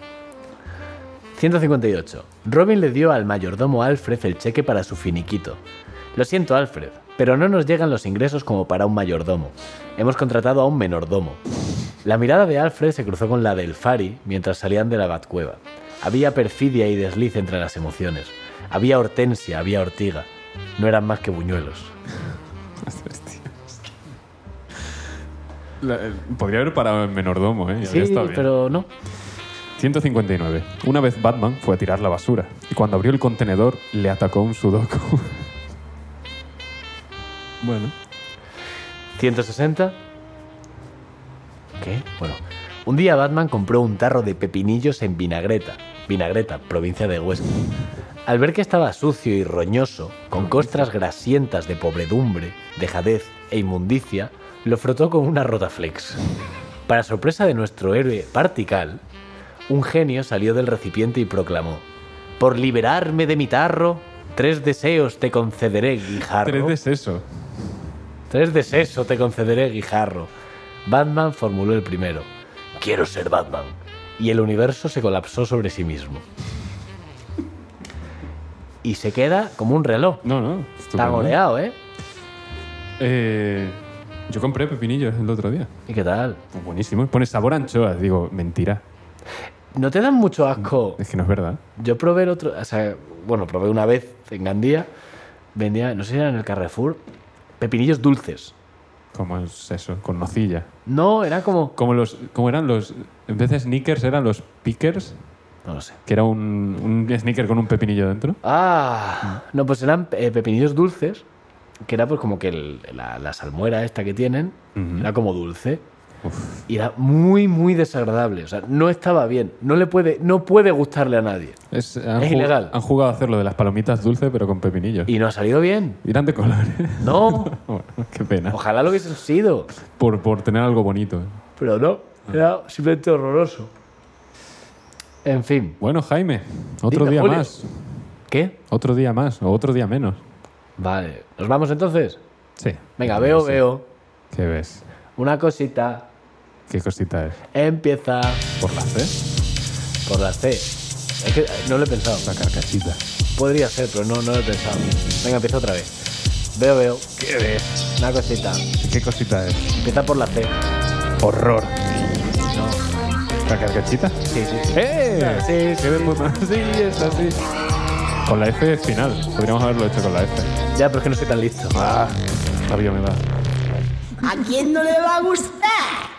S1: 158. Robin le dio al mayordomo Alfred el cheque para su finiquito. Lo siento, Alfred, pero no nos llegan los ingresos como para un mayordomo. Hemos contratado a un menordomo. La mirada de Alfred se cruzó con la del Fari mientras salían de la Batcueva. Había perfidia y desliz entre las emociones. Había hortensia, había ortiga. No eran más que buñuelos.
S2: La- eh, podría haber parado en menordomo, ¿eh? Y habría
S1: Sí,
S2: estado bien.
S1: pero no.
S2: 159. Una vez Batman fue a tirar la basura y cuando abrió el contenedor le atacó un sudoku. bueno.
S1: 160. ¿Qué? Bueno. Un día Batman compró un tarro de pepinillos en Vinagreta, Vinagreta, provincia de Huesca. Al ver que estaba sucio y roñoso, con costras grasientas de pobredumbre, dejadez e inmundicia, lo frotó con una rotaflex. Para sorpresa de nuestro héroe Partical, un genio salió del recipiente y proclamó: Por liberarme de mi tarro, tres deseos te concederé, guijarro.
S2: Tres de seso.
S1: Tres de sexo te concederé, guijarro. Batman formuló el primero. Quiero ser Batman. Y el universo se colapsó sobre sí mismo. Y se queda como un reloj.
S2: No, no.
S1: Está
S2: estupendo.
S1: goreado, ¿eh?
S2: Eh, yo compré pepinillos el otro día.
S1: ¿Y qué tal?
S2: Pues buenísimo. Pone sabor a anchoas. Digo, mentira.
S1: ¿No te dan mucho
S2: (laughs)
S1: asco?
S2: Es que no es verdad.
S1: Yo probé el otro... O sea, bueno, probé una vez en Gandía. Vendía, no sé si era en el Carrefour, pepinillos dulces.
S2: ¿Cómo es eso? Con nocilla.
S1: No, era como...
S2: Como, los, como eran los... En vez de sneakers eran los pickers,
S1: No lo sé.
S2: que era un, un sneaker con un pepinillo dentro.
S1: Ah, no, pues eran eh, pepinillos dulces, que era pues como que el- la, la salmuera esta que tienen,
S2: Ujú.
S1: era como dulce.
S2: Uf.
S1: Y era muy, muy desagradable. O sea, no estaba bien. No le puede, no puede gustarle a nadie.
S2: Es, han
S1: Es
S2: jug-
S1: ilegal.
S2: Han jugado a hacerlo de las palomitas dulces, pero con pepinillos.
S1: Y no ha salido bien.
S2: Irán de colores. (laughs)
S1: No.
S2: bueno, qué pena.
S1: Ojalá lo hubiesen sido.
S2: Por, por tener algo bonito.
S1: Pero no. Era simplemente horroroso. En fin.
S2: Bueno, Jaime, otro
S1: Dime,
S2: día
S1: Julio.
S2: más.
S1: ¿Qué?
S2: Otro día más, o otro día menos.
S1: Vale. ¿Nos vamos entonces?
S2: Sí.
S1: Venga, veo,
S2: Sí.
S1: veo.
S2: ¿Qué ves?
S1: Una cosita.
S2: ¿Qué cosita es?
S1: Empieza
S2: ¿Por la C?
S1: por la C. Es que eh, no lo he pensado.
S2: La carcachita.
S1: Podría ser, pero no, no lo he pensado. Venga, empieza otra vez. Veo, veo. ¿Qué ves? Una cosita.
S2: ¿Qué cosita es?
S1: Empieza por la C.
S2: Horror. ¿La carcachita?
S1: Sí, sí, sí.
S2: ¡Eh!
S1: Sí, sí,
S2: ¡Qué de puta- (laughs) Sí, es así. Con la F final. Podríamos haberlo hecho con la F.
S1: (laughs) Ya, pero es que no soy tan listo.
S2: Ah, la vida me da.
S3: ¿A quién no le va a gustar?